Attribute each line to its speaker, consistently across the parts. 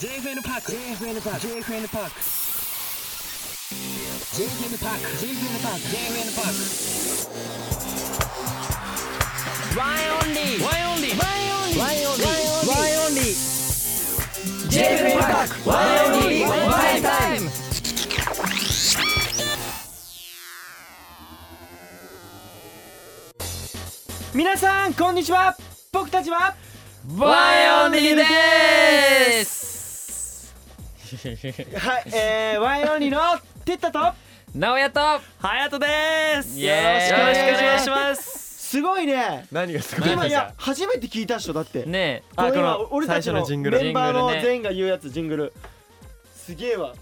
Speaker 1: JFN パーク JFN パーク JFN パーク JFN パーク JFN パーク JFN パークワイオンリーワイオンリーワイオンリーワイオンリー JFN パークワイオンリーワイタイム
Speaker 2: 皆さんこんにちは僕たちは
Speaker 3: ワイオンリーです
Speaker 2: はい、えー、ワイオンリーのテッタと
Speaker 3: 直哉と
Speaker 4: ハヤトです
Speaker 3: イエーイ
Speaker 4: よろしくお願いし
Speaker 3: よ
Speaker 4: ます
Speaker 2: すごいね
Speaker 4: 何がすごい
Speaker 2: 今いや初めて聞いたっしょだって、
Speaker 3: ね
Speaker 2: これ
Speaker 4: あこ
Speaker 2: 今
Speaker 4: の
Speaker 2: 俺たち
Speaker 4: 最初のジングル
Speaker 2: メンバーの
Speaker 3: ジングルね
Speaker 2: 全員が言うやつジングルすげえわ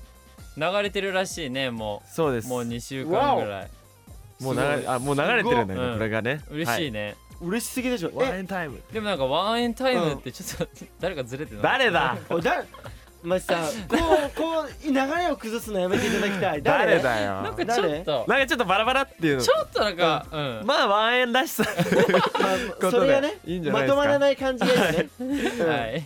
Speaker 3: え流れてるらしいねも
Speaker 4: そうで
Speaker 3: う
Speaker 4: す
Speaker 3: もう2週間ぐらい
Speaker 4: もう流れあもう流れてるん
Speaker 3: すご
Speaker 4: だよ
Speaker 3: い
Speaker 4: ねこれがね
Speaker 3: 嬉しい
Speaker 4: ね
Speaker 3: ね、
Speaker 2: 嬉しすぎでしょ
Speaker 4: ワ
Speaker 2: え
Speaker 4: インタイム
Speaker 3: でもなんかワンエンタイムってちょっと 誰かずれてない
Speaker 4: 誰だ
Speaker 2: おい誰お前 さこうこう流れを崩すのやめていただきたい
Speaker 4: 誰だ
Speaker 3: な
Speaker 4: よ
Speaker 3: んかちょっと
Speaker 4: なんかちょっとバラバラっていうの
Speaker 3: ちょっとなんかうん、
Speaker 4: まあワンエンらしさ
Speaker 2: まあ
Speaker 4: とで
Speaker 2: それがね
Speaker 4: いいんじゃな
Speaker 2: ま
Speaker 4: いです
Speaker 2: とま
Speaker 4: か
Speaker 2: らない感じがいいね
Speaker 3: はい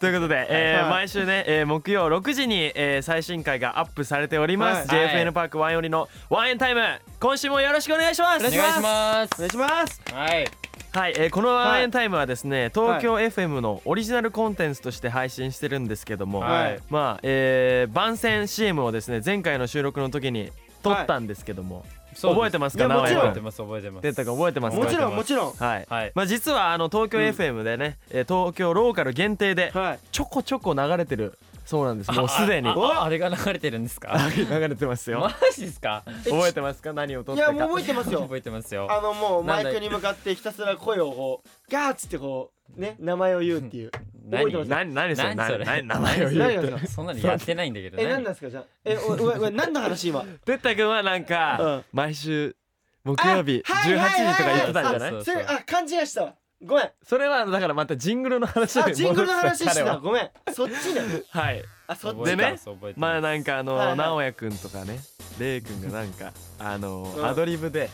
Speaker 4: ということで、えー
Speaker 2: はい
Speaker 4: 毎週ね、えー木曜6時に、えー最新回がアップされております、
Speaker 3: はい
Speaker 4: JFN パークワンよりのワンエンタイム今週もよろしくお願いします
Speaker 3: お願いしま
Speaker 2: お願い
Speaker 3: す
Speaker 2: します
Speaker 3: はい
Speaker 4: はい、えーこのワンエンタイムはですね、東京 FM のオリジナルコンテンツとして配信してるんですけども、
Speaker 3: はい
Speaker 4: まあ、えー番宣 CM をですね前回の収録の時に撮ったんですけども、覚えてますか
Speaker 2: いやもちろん
Speaker 3: 覚えてます覚えてます
Speaker 4: 出たか覚えてますか
Speaker 2: もちろんもちろん
Speaker 4: はい、
Speaker 3: はい
Speaker 4: まあ実はあの東京 FM でね、えー東京ローカル限定で
Speaker 2: はい
Speaker 4: ちょこちょこ流れてるそうなんですもうすでに
Speaker 3: あああれが流れてるんですか
Speaker 4: 流れてますよ
Speaker 3: マジですか
Speaker 4: 覚えてますか何を撮っ
Speaker 2: い
Speaker 4: た
Speaker 2: や
Speaker 4: か
Speaker 2: もう覚えてますよ
Speaker 3: 覚えてますよ
Speaker 2: あのもう
Speaker 3: な
Speaker 2: マ
Speaker 3: んだ
Speaker 2: イクに向かってひたすら声をこうガーッつってこうね名前を言うって いう覚えてます
Speaker 4: 何何それ
Speaker 3: 何それ
Speaker 4: 何何名前を言う
Speaker 2: 何が
Speaker 4: って
Speaker 3: そんなにやってないんだけど
Speaker 2: え何なんですかじゃあえおおお何の話 今
Speaker 4: てったくんはなん
Speaker 2: うん
Speaker 4: か毎週木曜日
Speaker 2: あはい
Speaker 4: 18
Speaker 2: はい
Speaker 4: 時とか
Speaker 2: はい
Speaker 4: 言ってたんじゃない
Speaker 3: そう
Speaker 2: それあ勘違いしたわごめん
Speaker 4: それはだからまたジングルの話に
Speaker 2: あ
Speaker 4: 戻
Speaker 2: ジングルの話して
Speaker 4: 彼
Speaker 2: た
Speaker 4: は
Speaker 2: ごめんそっちね
Speaker 4: はい
Speaker 2: あそっ
Speaker 3: 覚
Speaker 2: ち
Speaker 3: え
Speaker 4: で
Speaker 3: て
Speaker 4: ね
Speaker 3: ます覚えて
Speaker 4: まあ
Speaker 3: ます
Speaker 4: なんかあ
Speaker 2: はいは
Speaker 4: の
Speaker 2: い
Speaker 4: 直哉くんとかねレイくんがなんかあの
Speaker 2: うん
Speaker 4: アドリブで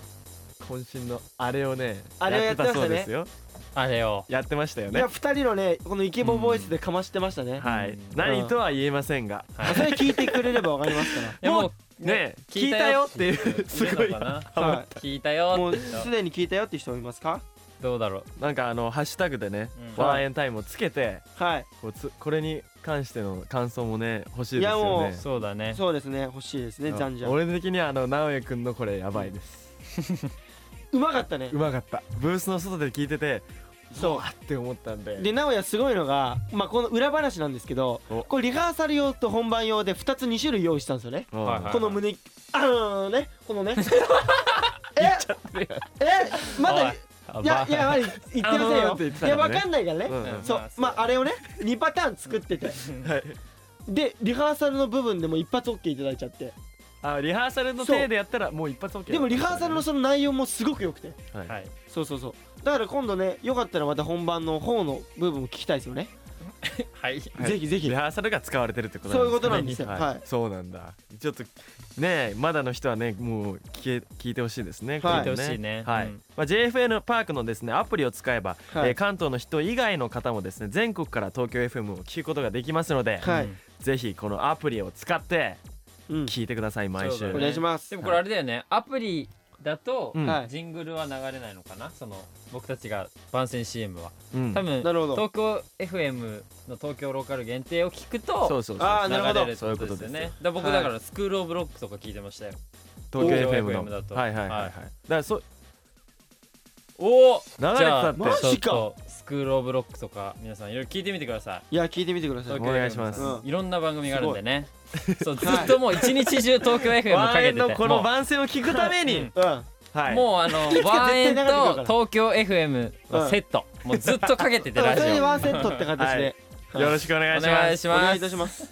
Speaker 4: 渾身のあれをね
Speaker 2: あれをや
Speaker 4: や
Speaker 2: っ
Speaker 4: ってて
Speaker 2: ましたたね
Speaker 4: そうですよ
Speaker 3: あれを
Speaker 4: やってましたよ
Speaker 2: い
Speaker 4: ね
Speaker 2: や二人のねこのイケボボイスでかましてましたね
Speaker 4: は
Speaker 3: う
Speaker 4: い
Speaker 3: ん
Speaker 4: 何とは言えませんが
Speaker 2: まあそれ聞いてくれればわかりますか
Speaker 3: いやもう
Speaker 4: ね聞いたよっていうすご
Speaker 3: 言
Speaker 4: い
Speaker 3: うのかな
Speaker 2: らは
Speaker 3: 聞いた
Speaker 2: いも
Speaker 3: よ
Speaker 2: うすでに聞いたよって人いますか
Speaker 3: どうだろう
Speaker 4: なんかあのハッシュタグでね
Speaker 3: うん
Speaker 4: ワンエンタイムをつけて
Speaker 2: はい
Speaker 4: こうつこれに関しての感想もね欲しいです
Speaker 2: いや
Speaker 4: よ
Speaker 2: もう
Speaker 4: ね
Speaker 3: そうだね
Speaker 2: そうですね欲しいですねじゃんじゃん
Speaker 4: 俺的にはあの直哉くんのこれやばいです
Speaker 2: うまかったね
Speaker 4: うまかったブースの外で聞いてて
Speaker 2: そう
Speaker 4: あって思ったんで
Speaker 2: で直哉すごいのが、まあ、この裏話なんですけど
Speaker 4: お
Speaker 2: これリハーサル用と本番用で2つ2種類用意したんですよね
Speaker 4: うん
Speaker 3: はいはい
Speaker 2: この胸あのねこのね ええまだ
Speaker 3: おい
Speaker 2: いやいやまだ言ってません
Speaker 4: あのー
Speaker 2: よ
Speaker 4: って言って
Speaker 2: い
Speaker 4: た
Speaker 2: や
Speaker 4: か
Speaker 2: わ
Speaker 4: らね
Speaker 2: かんないからね、
Speaker 4: うん
Speaker 3: うん
Speaker 2: そうまああれをね2パターン作ってて
Speaker 4: はい
Speaker 2: でリハーサルの部分でも一発 OK いただいちゃって
Speaker 4: あリハーサルの
Speaker 2: そう
Speaker 4: 手でやったらもう一発 OK
Speaker 2: でもリハーサルのその内容もすごく良くて
Speaker 4: は い
Speaker 3: はい
Speaker 2: そうそうそうだから今度ねよかったらまた本番の方の部分も聞きたいですよね、
Speaker 3: はい
Speaker 4: はい
Speaker 2: ぜひぜひ
Speaker 4: リハーサルが使われてるってこと
Speaker 2: そういうことなんですよ
Speaker 4: はい
Speaker 2: はい
Speaker 4: そうなんだちょっとねまだの人はねもう聞け聞いてほしいですね、
Speaker 2: はい
Speaker 4: これね
Speaker 3: 聞いてほしいね
Speaker 4: はい
Speaker 3: うん
Speaker 4: まあ、JFN パークのですねアプリを使えば、
Speaker 2: はい
Speaker 4: えー関東の人以外の方もですね全国から東京 FM を聞くことができますので、
Speaker 2: はい、
Speaker 4: ぜひこのアプリを使って
Speaker 2: うん、
Speaker 4: 聞いてください毎
Speaker 3: そう
Speaker 4: 週、
Speaker 3: だ
Speaker 2: お
Speaker 3: ね
Speaker 2: 願いします
Speaker 3: でもこれあれだよねアプリだと
Speaker 4: うん
Speaker 2: はい
Speaker 3: ジングルは流れないのかなその僕たちが番宣 CM は
Speaker 4: うん
Speaker 3: 多分
Speaker 2: なるほど
Speaker 3: 東京 FM の東京ローカル限定を聞く
Speaker 4: そ
Speaker 3: と
Speaker 4: うそうそう
Speaker 2: あ
Speaker 3: 流
Speaker 2: あなるほど
Speaker 3: れるって
Speaker 4: そういう
Speaker 3: こ
Speaker 4: ことと
Speaker 3: ですよね
Speaker 4: です
Speaker 3: だから僕
Speaker 2: はい
Speaker 3: だからスクールオブロックとか聞いてましたよ
Speaker 4: 東京 FM の
Speaker 3: 東京 FM だと
Speaker 4: はいはいはいは
Speaker 3: はい
Speaker 4: いだからそう
Speaker 3: おお
Speaker 4: 流れてたって
Speaker 2: マジか
Speaker 3: スクールオブロックとか皆さんいろいろ聞いてみてください
Speaker 2: いや聞いてみてください
Speaker 3: 東
Speaker 4: お
Speaker 3: 京
Speaker 4: 願いします
Speaker 3: FM
Speaker 2: う
Speaker 3: いろんな番組があるんでねそうずっともう一日中東京 FM
Speaker 4: ワ
Speaker 3: か
Speaker 4: ン
Speaker 3: け
Speaker 4: エ
Speaker 3: て
Speaker 4: ン
Speaker 3: て
Speaker 4: のこの
Speaker 3: もう
Speaker 4: 番宣を聞くために、
Speaker 3: うん
Speaker 2: うん
Speaker 4: はい
Speaker 3: もうあの
Speaker 2: 絶対
Speaker 3: ワンエン
Speaker 2: 流れてる
Speaker 3: と東京 FM のセット、もうずっとかけてて
Speaker 2: だか
Speaker 3: ラ
Speaker 2: ら
Speaker 3: ジ
Speaker 2: それで
Speaker 3: オお
Speaker 2: ワンセットって形で、
Speaker 4: よろしくお願いしま
Speaker 3: 願い
Speaker 4: す
Speaker 3: し
Speaker 2: お願
Speaker 3: ま
Speaker 2: いいた
Speaker 3: す
Speaker 2: します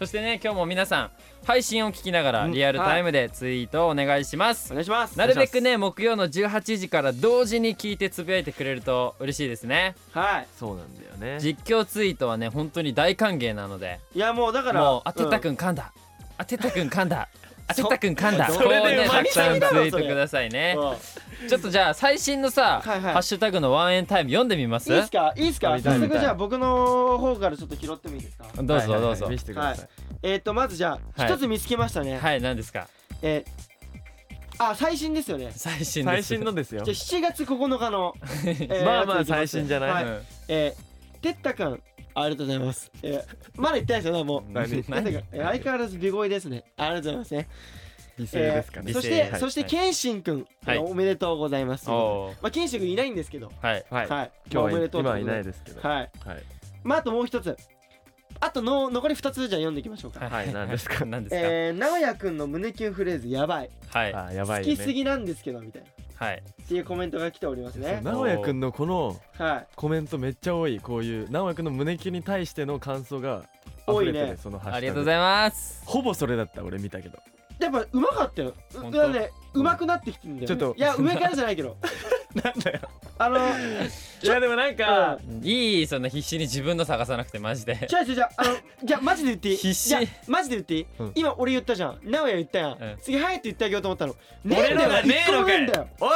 Speaker 3: そしてね今日も皆さん配信を聞きながら
Speaker 4: うん
Speaker 3: リアルタイムでツイートをお願いします、
Speaker 2: お願いします
Speaker 3: なるべくね木曜の18時から同時に聞いてつぶやいてくれると嬉しいですね
Speaker 2: はい
Speaker 4: そうなんだよね
Speaker 3: 実況ツイートはね本当に大歓迎なので
Speaker 2: いやもうだから
Speaker 3: もうあてった
Speaker 2: ん
Speaker 3: くん噛んだ、あてったくん噛んだあてったくん噛んだこ
Speaker 2: そ
Speaker 3: う
Speaker 4: それ
Speaker 3: ね
Speaker 4: で
Speaker 3: たくさんツ
Speaker 2: 神様
Speaker 3: イ
Speaker 2: だろ
Speaker 3: ートくださいね
Speaker 2: うん
Speaker 3: ちょっとじゃあ最新のさ、
Speaker 2: はいはい
Speaker 3: ハッシュタグのワンエンタイム読んでみます
Speaker 2: いいっすかいいっすか
Speaker 4: 見たい
Speaker 2: 早
Speaker 4: 見た
Speaker 2: 速
Speaker 4: い
Speaker 2: じゃあ僕の方からちょっと拾ってもいいですか
Speaker 3: どうぞどうぞ。はい
Speaker 4: ははいは
Speaker 3: い、
Speaker 4: い見せてください
Speaker 2: えっとまずじゃあ
Speaker 3: はい
Speaker 2: 一つ見つけましたね
Speaker 3: 何ですか
Speaker 2: えーあ最新ですよね
Speaker 3: 最新で
Speaker 4: 最
Speaker 3: す。
Speaker 4: 新のですよ
Speaker 2: じゃあ7月9日のえー
Speaker 4: まあまあ
Speaker 2: やつき
Speaker 4: 最
Speaker 2: す
Speaker 4: 新じゃない
Speaker 2: はえー、てったくんありがとうございます、えー、まだ言ってないですよねもう
Speaker 4: 何
Speaker 2: てったくん
Speaker 3: 何
Speaker 2: えー相変わらず美声ですねありがとうございますね
Speaker 4: 美声ですか
Speaker 2: え
Speaker 4: ね
Speaker 2: ーそして、そして
Speaker 4: 今
Speaker 2: 謙信くん、
Speaker 3: はい
Speaker 2: おめでとうございます、
Speaker 3: おー
Speaker 2: まあ謙信くんいないんですけど
Speaker 3: はい。
Speaker 2: はい、
Speaker 4: 日
Speaker 2: まあお
Speaker 4: は
Speaker 2: めでとう
Speaker 4: 今はいない
Speaker 2: で
Speaker 4: ですけどは
Speaker 2: はい
Speaker 4: い
Speaker 2: まああともう一つあとの残り二つじゃあ読んでいきましょうか、
Speaker 4: はい何です か
Speaker 3: 何ですか、
Speaker 2: えー、直哉くんの胸キュンフレーズやばい
Speaker 3: はい
Speaker 4: あーやば
Speaker 2: 好
Speaker 4: いよ
Speaker 2: きす
Speaker 4: ね
Speaker 2: ぎなんですけどみたいなっ
Speaker 3: はい。
Speaker 2: ていうコメントが来ておりますね
Speaker 4: 直哉くんのこの
Speaker 2: はい
Speaker 4: コメントめっちゃ多いこういう直哉くんの胸キュンに対しての感想が
Speaker 2: 多
Speaker 4: 溢
Speaker 2: い
Speaker 4: れ
Speaker 2: ね
Speaker 4: てるそのハッシュタグ
Speaker 3: ありがとうございます。
Speaker 4: ほぼそれだった俺見たけど
Speaker 2: やっぱうまかったよう
Speaker 3: 本当
Speaker 2: だからねうまくなってきてんだよね、
Speaker 4: ちょっと
Speaker 2: いや上からじゃないけ どなんだよ
Speaker 4: いやでもなん
Speaker 2: あの、
Speaker 4: か
Speaker 2: うん
Speaker 3: いいそんな必死に自分の探さなくてマジで。
Speaker 2: 違う違う違うあのじゃあマジで言っていい
Speaker 3: 必死
Speaker 2: じゃあマジで言っていい、
Speaker 4: うん
Speaker 2: 今俺言ったじゃん直哉言ったや
Speaker 3: う
Speaker 2: ん、
Speaker 3: ん
Speaker 2: 次はいって言ってあげようと思ったの
Speaker 3: 俺のがねえのかい
Speaker 2: 一個もねえんだよ
Speaker 4: おい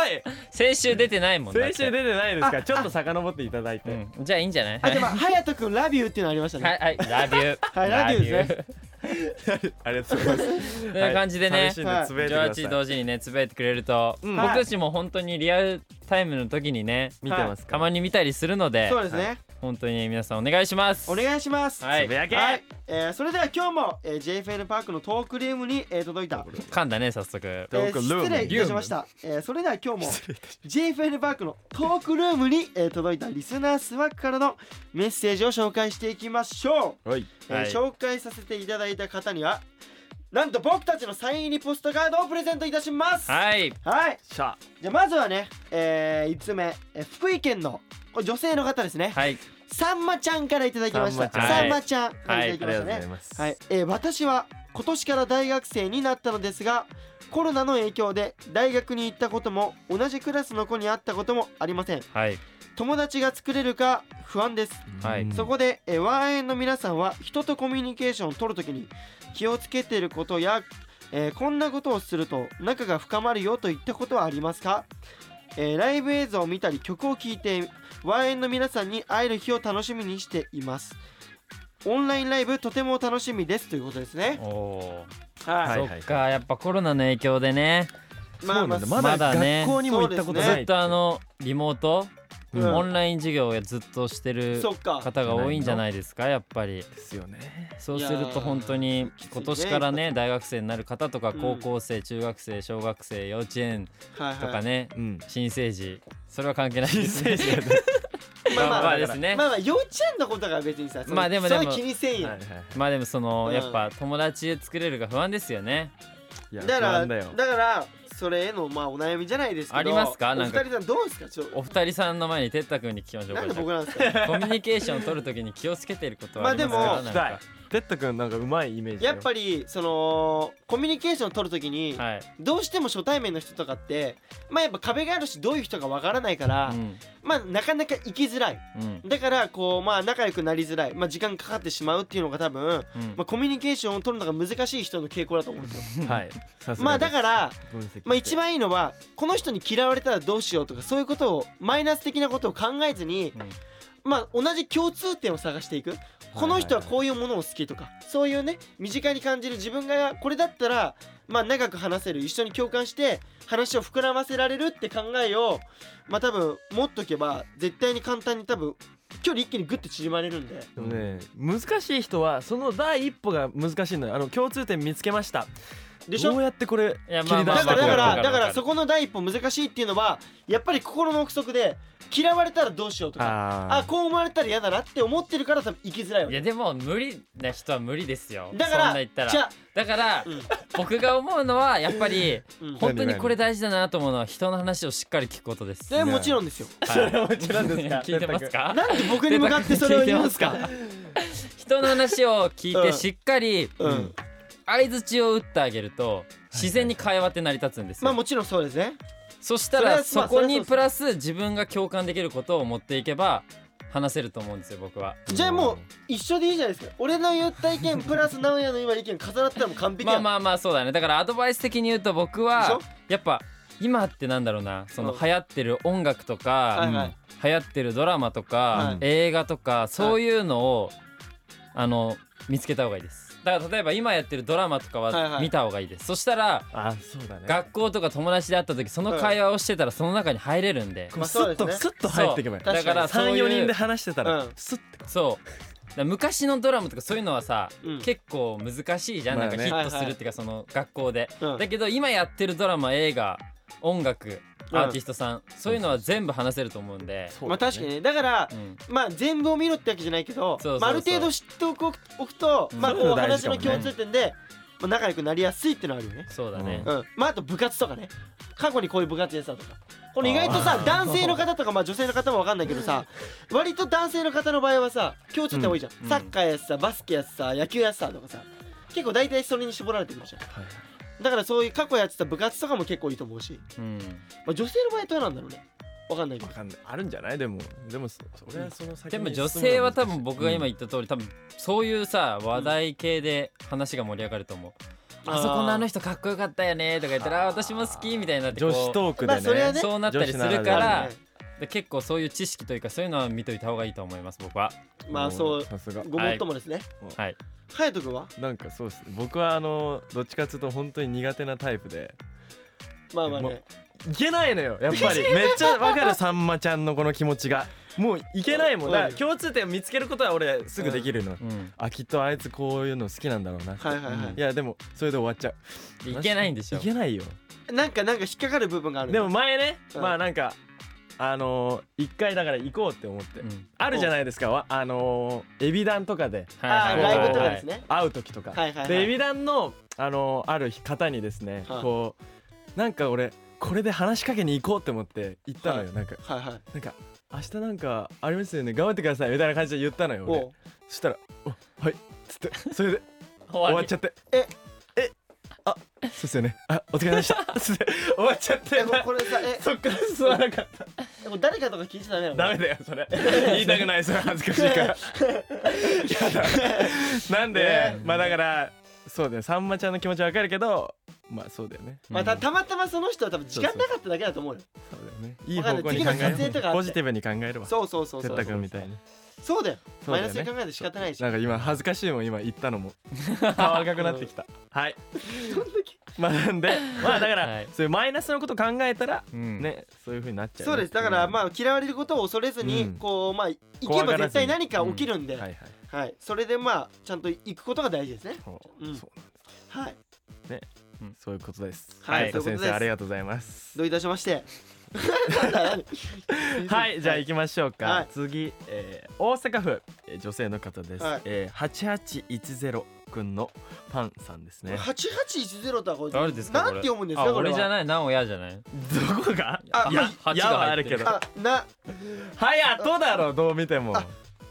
Speaker 3: 先週出てないもんだって
Speaker 4: 先週出てない です
Speaker 2: あ
Speaker 4: かちょっと遡っていただいて
Speaker 3: うん。じゃあいいんじゃない？
Speaker 2: あでも隼人君ラビューっていうのありましたね、
Speaker 3: はいはい、ラビュー。
Speaker 2: はいラビューですね
Speaker 3: ね。
Speaker 4: ありがとうございます
Speaker 3: という感じで
Speaker 4: はい
Speaker 3: ね、
Speaker 4: 寂しいんでつぶやいてください
Speaker 3: 18同時にね、つぶやいてくれると、
Speaker 4: うん
Speaker 3: 僕たちも本当にリアルタイムの時にね、
Speaker 4: 見てます
Speaker 3: た
Speaker 4: か
Speaker 3: まに見たりするので
Speaker 2: そう、ですね、
Speaker 3: 本当に皆さんお願いします。
Speaker 2: お願いします
Speaker 3: はい
Speaker 4: つぶやけ
Speaker 2: はいえーそれでは今日も、えー JFN パークのトークルームに、えー届いた、
Speaker 3: 噛んだね、早速。
Speaker 2: え
Speaker 4: トー
Speaker 2: ー
Speaker 4: クルーム
Speaker 2: 失礼いたしました、えーそれでは今日も JFN パークのトークルームに、えー届いたリスナースワックからのメッセージを紹介していきましょう
Speaker 4: おい
Speaker 2: えー
Speaker 3: はい
Speaker 2: 紹介させていただいた方にはなんと僕たちのサイン入りポストカードをプレゼントいたしますはい、
Speaker 3: はい、
Speaker 4: しゃ
Speaker 2: じゃあまずはね、え1つ目、えー福井県のこれ女性の方ですね、
Speaker 3: はい、
Speaker 2: さんまちゃんからいただきました
Speaker 3: さ
Speaker 2: さ
Speaker 3: ん
Speaker 2: ん
Speaker 3: ま
Speaker 2: まちゃんからいた
Speaker 4: あ
Speaker 2: だきまし
Speaker 4: りが
Speaker 2: た
Speaker 4: とうござい
Speaker 2: ね
Speaker 4: ます
Speaker 2: はい、えー私は今年から大学生になったのですがコロナの影響で大学に行ったことも同じクラスの子に会ったこともありません
Speaker 3: はい、
Speaker 2: 友達が作れるか不安です
Speaker 3: はい
Speaker 4: うん
Speaker 2: そこで、えー、ワンエンの皆さんは人とコミュニケーションを取るときに気をつけていることや、えーこんなことをすると仲が深まるよといったことはありますか、えーライブ映像を見たり曲を聴いてワンエンの皆さんに会える日を楽しみにしていますオンラインライブとても楽しみですということですね
Speaker 3: おお、
Speaker 2: は
Speaker 4: はい
Speaker 3: そっか、やっぱコロナの影響でね、
Speaker 4: そうなんだ
Speaker 2: まあ
Speaker 4: まだ
Speaker 3: まだね
Speaker 4: 学校にも行ったこと
Speaker 2: そうです
Speaker 4: な
Speaker 2: ね
Speaker 3: ず
Speaker 4: い
Speaker 3: っとあのリモート、
Speaker 4: うん
Speaker 3: オンライン授業をずっとしてる
Speaker 2: そっか
Speaker 3: 方が多いんじゃないですか、やっぱり。
Speaker 4: ですよね
Speaker 3: そうすると本当
Speaker 2: いや
Speaker 3: に
Speaker 2: ー
Speaker 3: 今年から
Speaker 2: きつい
Speaker 3: ね大学生になる方とか
Speaker 2: うん
Speaker 3: 高校生中学生小学生幼稚園
Speaker 2: はい
Speaker 3: と
Speaker 2: は
Speaker 3: か
Speaker 2: い
Speaker 3: ね
Speaker 4: うん
Speaker 3: 新生児それは関係ないですね
Speaker 2: まあまあ
Speaker 3: まあですね
Speaker 2: まあまあ幼稚園のことが別にさその
Speaker 3: まあでもでも
Speaker 2: そういう気にせんやん、
Speaker 4: はいはい
Speaker 3: まあでもその
Speaker 2: うん
Speaker 3: やっぱ友達作れるが不安ですよね
Speaker 4: いや
Speaker 2: だか
Speaker 4: 不
Speaker 2: ら
Speaker 4: 安だ
Speaker 2: だ
Speaker 4: よ
Speaker 2: からそれへのまあお悩みじゃないですけど
Speaker 3: ありますかなんか
Speaker 2: お二人さんどうですかちょっと
Speaker 3: お二人さんの前にてったくんに聞きましょう
Speaker 2: なんで
Speaker 3: か
Speaker 2: 僕なん ですか
Speaker 3: コミュニケーションを取るときに気をつけていることはありますか
Speaker 2: まあ
Speaker 3: ら
Speaker 2: でも
Speaker 3: なん
Speaker 4: したい
Speaker 3: か
Speaker 4: てったくんなんかうまいイメージだ
Speaker 2: や
Speaker 4: よ
Speaker 2: っぱりそのコミュニケーションを取るときに、
Speaker 3: はい
Speaker 2: どうしても初対面の人とかってまあやっぱ壁があるしどういう人かわからないから、
Speaker 3: うん
Speaker 2: まあなかなか行きづらい
Speaker 3: うん
Speaker 2: だからこうまあ仲良くなりづらいまあ時間かかってしまうっていうのが多分、
Speaker 3: うん
Speaker 2: まあ、コミュニケーションを取るのが難しい人の傾向だと思うんです よ
Speaker 4: はいさすがです
Speaker 2: まあだから
Speaker 4: 分析して
Speaker 2: まあ一番いいのはこの人に嫌われたらどうしようとかそういうことをマイナス的なことを考えずに、
Speaker 3: うん
Speaker 2: まあ同じ共通点を探していくこの人はこういうものを好きとかそういうね身近に感じる自分がこれだったらまあ長く話せる一緒に共感して話を膨らませられるって考えをまあ多分持っとけば絶対に簡単に多分距離一気にグッと縮まれるんで
Speaker 4: でもね難しい人はその第一歩が難しいのよあの共通点見つけました
Speaker 2: でし
Speaker 4: どう
Speaker 2: ょ
Speaker 4: やってこれ
Speaker 3: いや
Speaker 4: 切り出
Speaker 2: だ
Speaker 4: し
Speaker 2: か
Speaker 4: て
Speaker 2: らだか
Speaker 4: こう
Speaker 3: まあまあまあ
Speaker 2: らだからそこの第一歩難しいっていうのはやっぱり心の奥底で嫌われたらどうしようとかあ
Speaker 4: あ
Speaker 2: こう思われたら嫌だなって思ってるから多分生きづらい
Speaker 3: い
Speaker 2: わけ
Speaker 3: やでも無理な人は無理ですよ
Speaker 2: だか
Speaker 3: そんな
Speaker 2: ら
Speaker 3: 言った
Speaker 2: じゃ
Speaker 3: ら
Speaker 2: あ
Speaker 3: だから
Speaker 2: うん
Speaker 3: 僕が思うのはやっぱり
Speaker 2: うん
Speaker 3: 本当にこれ大事だなと思うのは人の話をしっかり聞くことです。
Speaker 2: それはもちろんですよ
Speaker 3: は
Speaker 4: もちろんです か
Speaker 3: 聞いてますか？
Speaker 2: なんで僕に向かってそれを言います
Speaker 3: 聞いて
Speaker 2: か
Speaker 3: ますか？人の話を聞いて
Speaker 2: うん
Speaker 3: しっかり
Speaker 2: うん
Speaker 3: 相槌を打ってあげると自然に会話って成り立つんです
Speaker 2: まあ
Speaker 3: よ。
Speaker 2: もちろんそうですね
Speaker 3: そしたら
Speaker 2: それ
Speaker 3: そ
Speaker 2: は
Speaker 3: こ
Speaker 2: まあそれはそう
Speaker 3: に
Speaker 2: です
Speaker 3: プラス自分が共感できることを持っていけば話せると思うんですよ僕は。
Speaker 2: じゃあもう一緒でいいじゃないですか俺の言った意見プラス直哉の今の意見重なったらもう完璧
Speaker 3: ま
Speaker 2: や
Speaker 3: あまあまあそうだね。だからアドバイス的に言うと僕
Speaker 2: でし
Speaker 3: は
Speaker 2: ょ
Speaker 3: やっぱ今ってなんだろうなその
Speaker 2: うん
Speaker 3: 流行ってる音楽とか、
Speaker 2: はいはい
Speaker 3: 流行ってるドラマとか、
Speaker 2: はい
Speaker 3: 映画とかそういうのを、あの見つけた方がいいですだから例えば今やってるドラマとか
Speaker 2: はいは
Speaker 3: はい見た方がいいです、そしたら
Speaker 4: あそうだね
Speaker 3: 学校とか友達で会った時その会話をしてたらその中に入れるんで、
Speaker 2: まあ
Speaker 4: ス
Speaker 2: そうで
Speaker 4: ッ
Speaker 2: すね
Speaker 4: とスッと入ってけばいい
Speaker 2: そう
Speaker 3: だからそういう
Speaker 4: 34人で話してたら、
Speaker 2: うん
Speaker 4: スッて
Speaker 3: そうだから昔のドラマとかそういうのはさ、
Speaker 2: うん
Speaker 3: 結構難しいじゃん、
Speaker 4: まあね
Speaker 3: なんかヒットするっていうかその学校で、
Speaker 2: うん
Speaker 3: だけど今やってるドラマ映画音楽
Speaker 2: うん
Speaker 3: アーティストさん、そういうのは全全部話せると思うんで、
Speaker 2: まあ確かにねだから
Speaker 3: うん
Speaker 2: まあ全部を見ろってわけじゃないけど
Speaker 3: そうそうそう
Speaker 2: まあある程度知っておくおくと
Speaker 3: うん
Speaker 2: まあこう
Speaker 4: そういうの大
Speaker 2: 話
Speaker 4: 事か
Speaker 2: の
Speaker 4: もね
Speaker 2: 共通点でまあ仲良くなりやすいってのはあるよね
Speaker 3: そうだね、
Speaker 2: うんまああと部活とかね過去にこういう部活やってたとかこれ意外とさ男性の方とかまあ女性の方もわかんないけどさ割と男性の方の場合はさ共通点多いじゃん、
Speaker 3: うん
Speaker 2: サッカーやってたバスケやってた野球やってたとかさ結構大体それに絞られてくるじゃんだからそういう過去やってた部活とかも結構いいと思うし、
Speaker 3: うん
Speaker 2: まあ、女性の場合はどうなんだろうねわかんないけど
Speaker 4: わかんないあるんじゃないでもでもそそれはその先
Speaker 3: で
Speaker 4: に
Speaker 3: も女性は多分僕が今
Speaker 4: うん
Speaker 3: 言った通り、多分そういうさ話題系で話が盛り上がると思う、あそこのあの人かっこよかったよねとか言ったらあー私も好きみたいになってこう
Speaker 4: 女子トークでね,、
Speaker 2: まあそれはね
Speaker 3: そうなったりす
Speaker 4: 女
Speaker 3: る
Speaker 4: 子
Speaker 3: か
Speaker 4: な
Speaker 3: ら
Speaker 4: ら
Speaker 3: で結構そういう知識というかそういうのは見といた方がいいと思います僕は
Speaker 2: まあそう
Speaker 4: さすが
Speaker 2: ごもっともですね
Speaker 3: はい
Speaker 2: 隼人君は
Speaker 4: なんかそうです僕はあのどっちかっていうと本当に苦手なタイプで
Speaker 2: まあまあ
Speaker 4: も
Speaker 2: ね
Speaker 4: ういけないのよやっぱりめっちゃわかるさんまちゃんのこの気持ちがもういけないもんだから
Speaker 2: うん
Speaker 4: 共通点を見つけることは俺すぐできるの、
Speaker 3: うん
Speaker 4: あきっとあいつこういうの好きなんだろうな、
Speaker 2: はいはいはい
Speaker 4: いやでもそれで終わっちゃ
Speaker 3: でいけないんでし
Speaker 4: う
Speaker 3: ょ
Speaker 4: いけないよ
Speaker 2: なんかなんか引っかかる部分があるね
Speaker 4: でも前ね、
Speaker 2: うん
Speaker 4: まあなんかあのー、一回だから行こうって思って、
Speaker 3: うん
Speaker 4: あるじゃないですかわあのー、エビダンとかで
Speaker 2: あ
Speaker 3: は
Speaker 2: ー
Speaker 3: いはい
Speaker 2: ライブと
Speaker 3: はい
Speaker 2: か
Speaker 3: は
Speaker 2: です
Speaker 3: い
Speaker 2: ね、
Speaker 4: 会う時とか、
Speaker 2: はいはいはい
Speaker 4: でエビダンの、あのー、ある方にですね、
Speaker 2: はい
Speaker 4: こうなんか俺これで話しかけに行こうって思って行ったのよ、なんか
Speaker 2: はいはい
Speaker 4: なんか明日なんかありますよね頑張ってくださいみたいな感じで言ったのよ俺
Speaker 2: おう
Speaker 4: そしたら「おはい」つって それで終
Speaker 3: 終
Speaker 4: わ
Speaker 3: わ
Speaker 4: っ
Speaker 3: っ
Speaker 4: ち
Speaker 3: ち
Speaker 4: ゃ
Speaker 3: ゃ
Speaker 4: って
Speaker 2: え
Speaker 4: えあそうですよねあお疲れ様でしたつって終わっちゃって
Speaker 2: えここれさえ
Speaker 4: そっから座らなかった
Speaker 2: でも誰かとか聞いちゃダメなの
Speaker 4: ダメだよそれ言いたくないそれ恥ずかしいからやだなんで
Speaker 3: ね
Speaker 4: まあだからそうだよさんまちゃんの気持ちわかるけどまあそうだよね
Speaker 2: まあ、たたまたまその人は多分時間
Speaker 4: そうそう
Speaker 2: なかっただけだと思うよ
Speaker 4: そうだよねいい
Speaker 2: わかんな
Speaker 4: 方
Speaker 2: い
Speaker 4: 向に考
Speaker 2: 次の撮影
Speaker 4: え
Speaker 2: とかあ
Speaker 4: よ
Speaker 2: って
Speaker 4: うポジティブに考えるわ
Speaker 2: そうそうそうそ
Speaker 4: 哲
Speaker 2: う
Speaker 4: 太君みたいに
Speaker 2: そうだよ
Speaker 4: そ
Speaker 2: マ
Speaker 4: うだ
Speaker 2: イナス
Speaker 4: よね
Speaker 2: に考えて仕方ない し
Speaker 4: なんか今恥ずかしいもん今言った のも顔赤くなってきたはい
Speaker 2: そんだけ
Speaker 4: まあなんでまあだから、
Speaker 3: はい
Speaker 4: そういうマイナスのこと考えたら
Speaker 3: うん
Speaker 4: ねそういう風になっちゃうね、
Speaker 2: そうですだからま
Speaker 4: あ
Speaker 2: あ嫌われることを恐れずに、
Speaker 4: うん
Speaker 2: こうまあ行け
Speaker 4: 怖
Speaker 2: ば
Speaker 4: がら
Speaker 2: 絶
Speaker 4: ずに
Speaker 2: 対何か起きるんで、
Speaker 4: はいはい
Speaker 2: はい、それでまあちゃんと行くことが大事ですね
Speaker 4: そう,、
Speaker 2: うん
Speaker 4: そう
Speaker 2: はい
Speaker 4: そういうことです
Speaker 2: はい
Speaker 4: 哲太
Speaker 2: そういうことで
Speaker 4: 先
Speaker 2: す
Speaker 4: 生ありがとうございます
Speaker 2: どういたしま してなんだなんだ
Speaker 4: はいじゃあ行きましょうか、
Speaker 2: はい
Speaker 4: 次、えー大阪府、えー女性の方です、
Speaker 2: はい
Speaker 4: えー、8810くんのパンさんですね
Speaker 2: 8810とはこれ
Speaker 3: 誰ですかこ
Speaker 2: な
Speaker 3: れ
Speaker 2: んて読むんですか
Speaker 3: あ
Speaker 2: これ
Speaker 3: 俺
Speaker 2: は
Speaker 3: じゃないなおやじゃない
Speaker 4: どこが
Speaker 2: あ
Speaker 4: いや
Speaker 3: まあ
Speaker 4: やはあ
Speaker 3: 入
Speaker 4: る
Speaker 3: ってる
Speaker 4: けど
Speaker 2: あな
Speaker 4: はやとだろどう見ても
Speaker 2: あ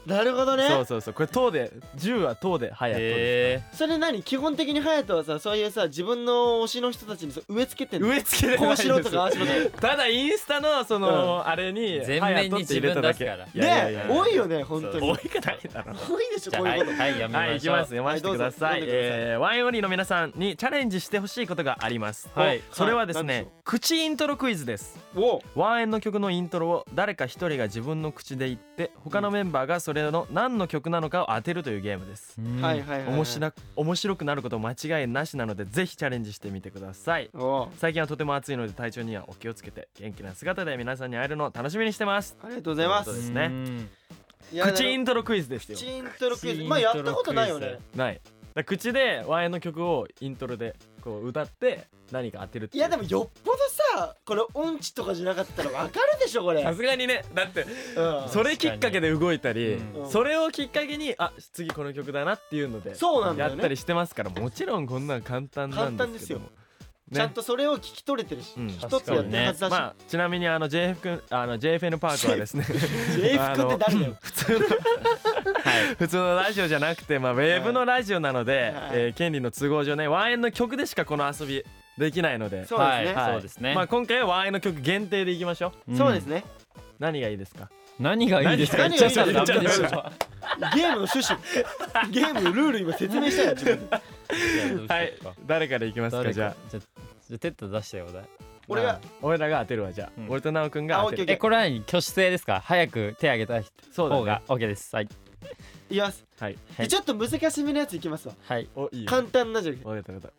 Speaker 2: なるほどね
Speaker 4: そ
Speaker 2: そ
Speaker 4: うそうそうこれとで10はとではやとです
Speaker 3: へ
Speaker 2: れ何基本的に隼人はさそういうさ自分の推しの人たちにそう植え付けてんの
Speaker 4: 植え付けでは
Speaker 2: こ
Speaker 4: な
Speaker 2: う
Speaker 4: い
Speaker 2: し
Speaker 4: で
Speaker 2: ろ
Speaker 4: す
Speaker 2: とかああしろとか
Speaker 4: ただインスタのその、あれに
Speaker 3: 全面に
Speaker 4: はやとって入れただけ
Speaker 3: 自分出す
Speaker 4: いやい
Speaker 2: ね
Speaker 4: やいや
Speaker 2: 多いよね本当に
Speaker 4: 多いくないだろ
Speaker 2: 多いでしょ
Speaker 3: じゃ
Speaker 2: こ
Speaker 3: あ
Speaker 2: う
Speaker 3: はいいう
Speaker 2: こと
Speaker 3: はいやめ
Speaker 4: はい
Speaker 3: ま
Speaker 4: 行
Speaker 3: し
Speaker 4: き
Speaker 3: ょう
Speaker 4: ます読ませてくださ
Speaker 2: はい
Speaker 4: い,、
Speaker 2: どうぞ
Speaker 4: えーワインオリーの皆さんにチャレンジしてほしいことがあります
Speaker 3: はい
Speaker 4: それはです
Speaker 2: はい
Speaker 4: ね口イントロクイズです
Speaker 2: お
Speaker 4: ワンエンの曲のイントロを誰か一人が自分の口で言って他のメンバーがそれの何の曲なのかを当てるというゲームです
Speaker 3: うん
Speaker 2: はいはいはいはい
Speaker 4: 面白面白くなること間違いなしなのでぜひチャレンジしてみてください
Speaker 2: おう
Speaker 4: 最近はとても暑いので体調にはお気をつけて元気な姿で皆さんに会えるのを楽しみにしてます
Speaker 2: ありがとうございま
Speaker 4: そ
Speaker 2: す
Speaker 4: うですね
Speaker 3: うん
Speaker 2: いや
Speaker 4: 口イントロクイズですよ
Speaker 2: 口イントロクイ
Speaker 3: 口イントロクイズ
Speaker 2: ズまあやったことないよね
Speaker 4: ないだ口でワンエンの曲をイントロでこう歌って何か当てるって
Speaker 2: い
Speaker 4: いう
Speaker 2: やでもよっぽどさこれ音痴とかじゃなかったらわかるでしょこれ、う
Speaker 4: さ
Speaker 2: ん、
Speaker 4: すがにねだってそれきっかけで動いたり、
Speaker 3: うん
Speaker 4: それをきっかけにあ次この曲だなっていうので
Speaker 2: そうなんだ
Speaker 4: や
Speaker 2: よ
Speaker 4: っ
Speaker 2: ね
Speaker 4: たりしてますからもちろんこんなん簡単なんですけども
Speaker 2: ちゃん
Speaker 4: ね
Speaker 2: とそれを聞き取れてるし、
Speaker 4: うん
Speaker 2: 一つやってるはずだし、
Speaker 4: まあちなみにあの JF 君あの JFN パークはですね
Speaker 2: JF 君って誰だよ
Speaker 4: 普通の普通のラジオじゃなくて、まあ、ウェーブのラジオなので、
Speaker 2: はい
Speaker 4: えー権利の都合上ねワンエンの曲でしかこの遊びできないので
Speaker 2: そうですね
Speaker 3: はいそうですね
Speaker 4: まあ、今回はワンエンの曲限定でいきましょう
Speaker 3: うん
Speaker 2: そうですね
Speaker 4: 何がいいですか
Speaker 3: 何がいいですか
Speaker 2: 何がい
Speaker 3: 言っ
Speaker 2: い
Speaker 3: ちゃったらダメでしょ
Speaker 2: 言っちゲームの趣旨ゲームのルール今説明した よ自分で
Speaker 3: いやどうしようか
Speaker 4: はい誰からいきますか
Speaker 3: 誰か
Speaker 4: じ
Speaker 3: じ
Speaker 4: ゃ
Speaker 3: ゃあじゃあテッド出してよお題
Speaker 4: あ
Speaker 2: 俺が
Speaker 4: 俺らが当てるわじゃあ、
Speaker 3: うん
Speaker 4: 俺と奈くんが当てる
Speaker 2: あオッケー
Speaker 3: えこれは何挙手制ですか早く手挙げた
Speaker 4: そうだね
Speaker 3: 方が OK ですはい
Speaker 2: いきます、
Speaker 4: はい
Speaker 3: はい
Speaker 2: ちょっと難しめのやついきますわ
Speaker 3: はい
Speaker 4: おいいよ
Speaker 2: 簡単なじゃん
Speaker 4: 分かった分かっ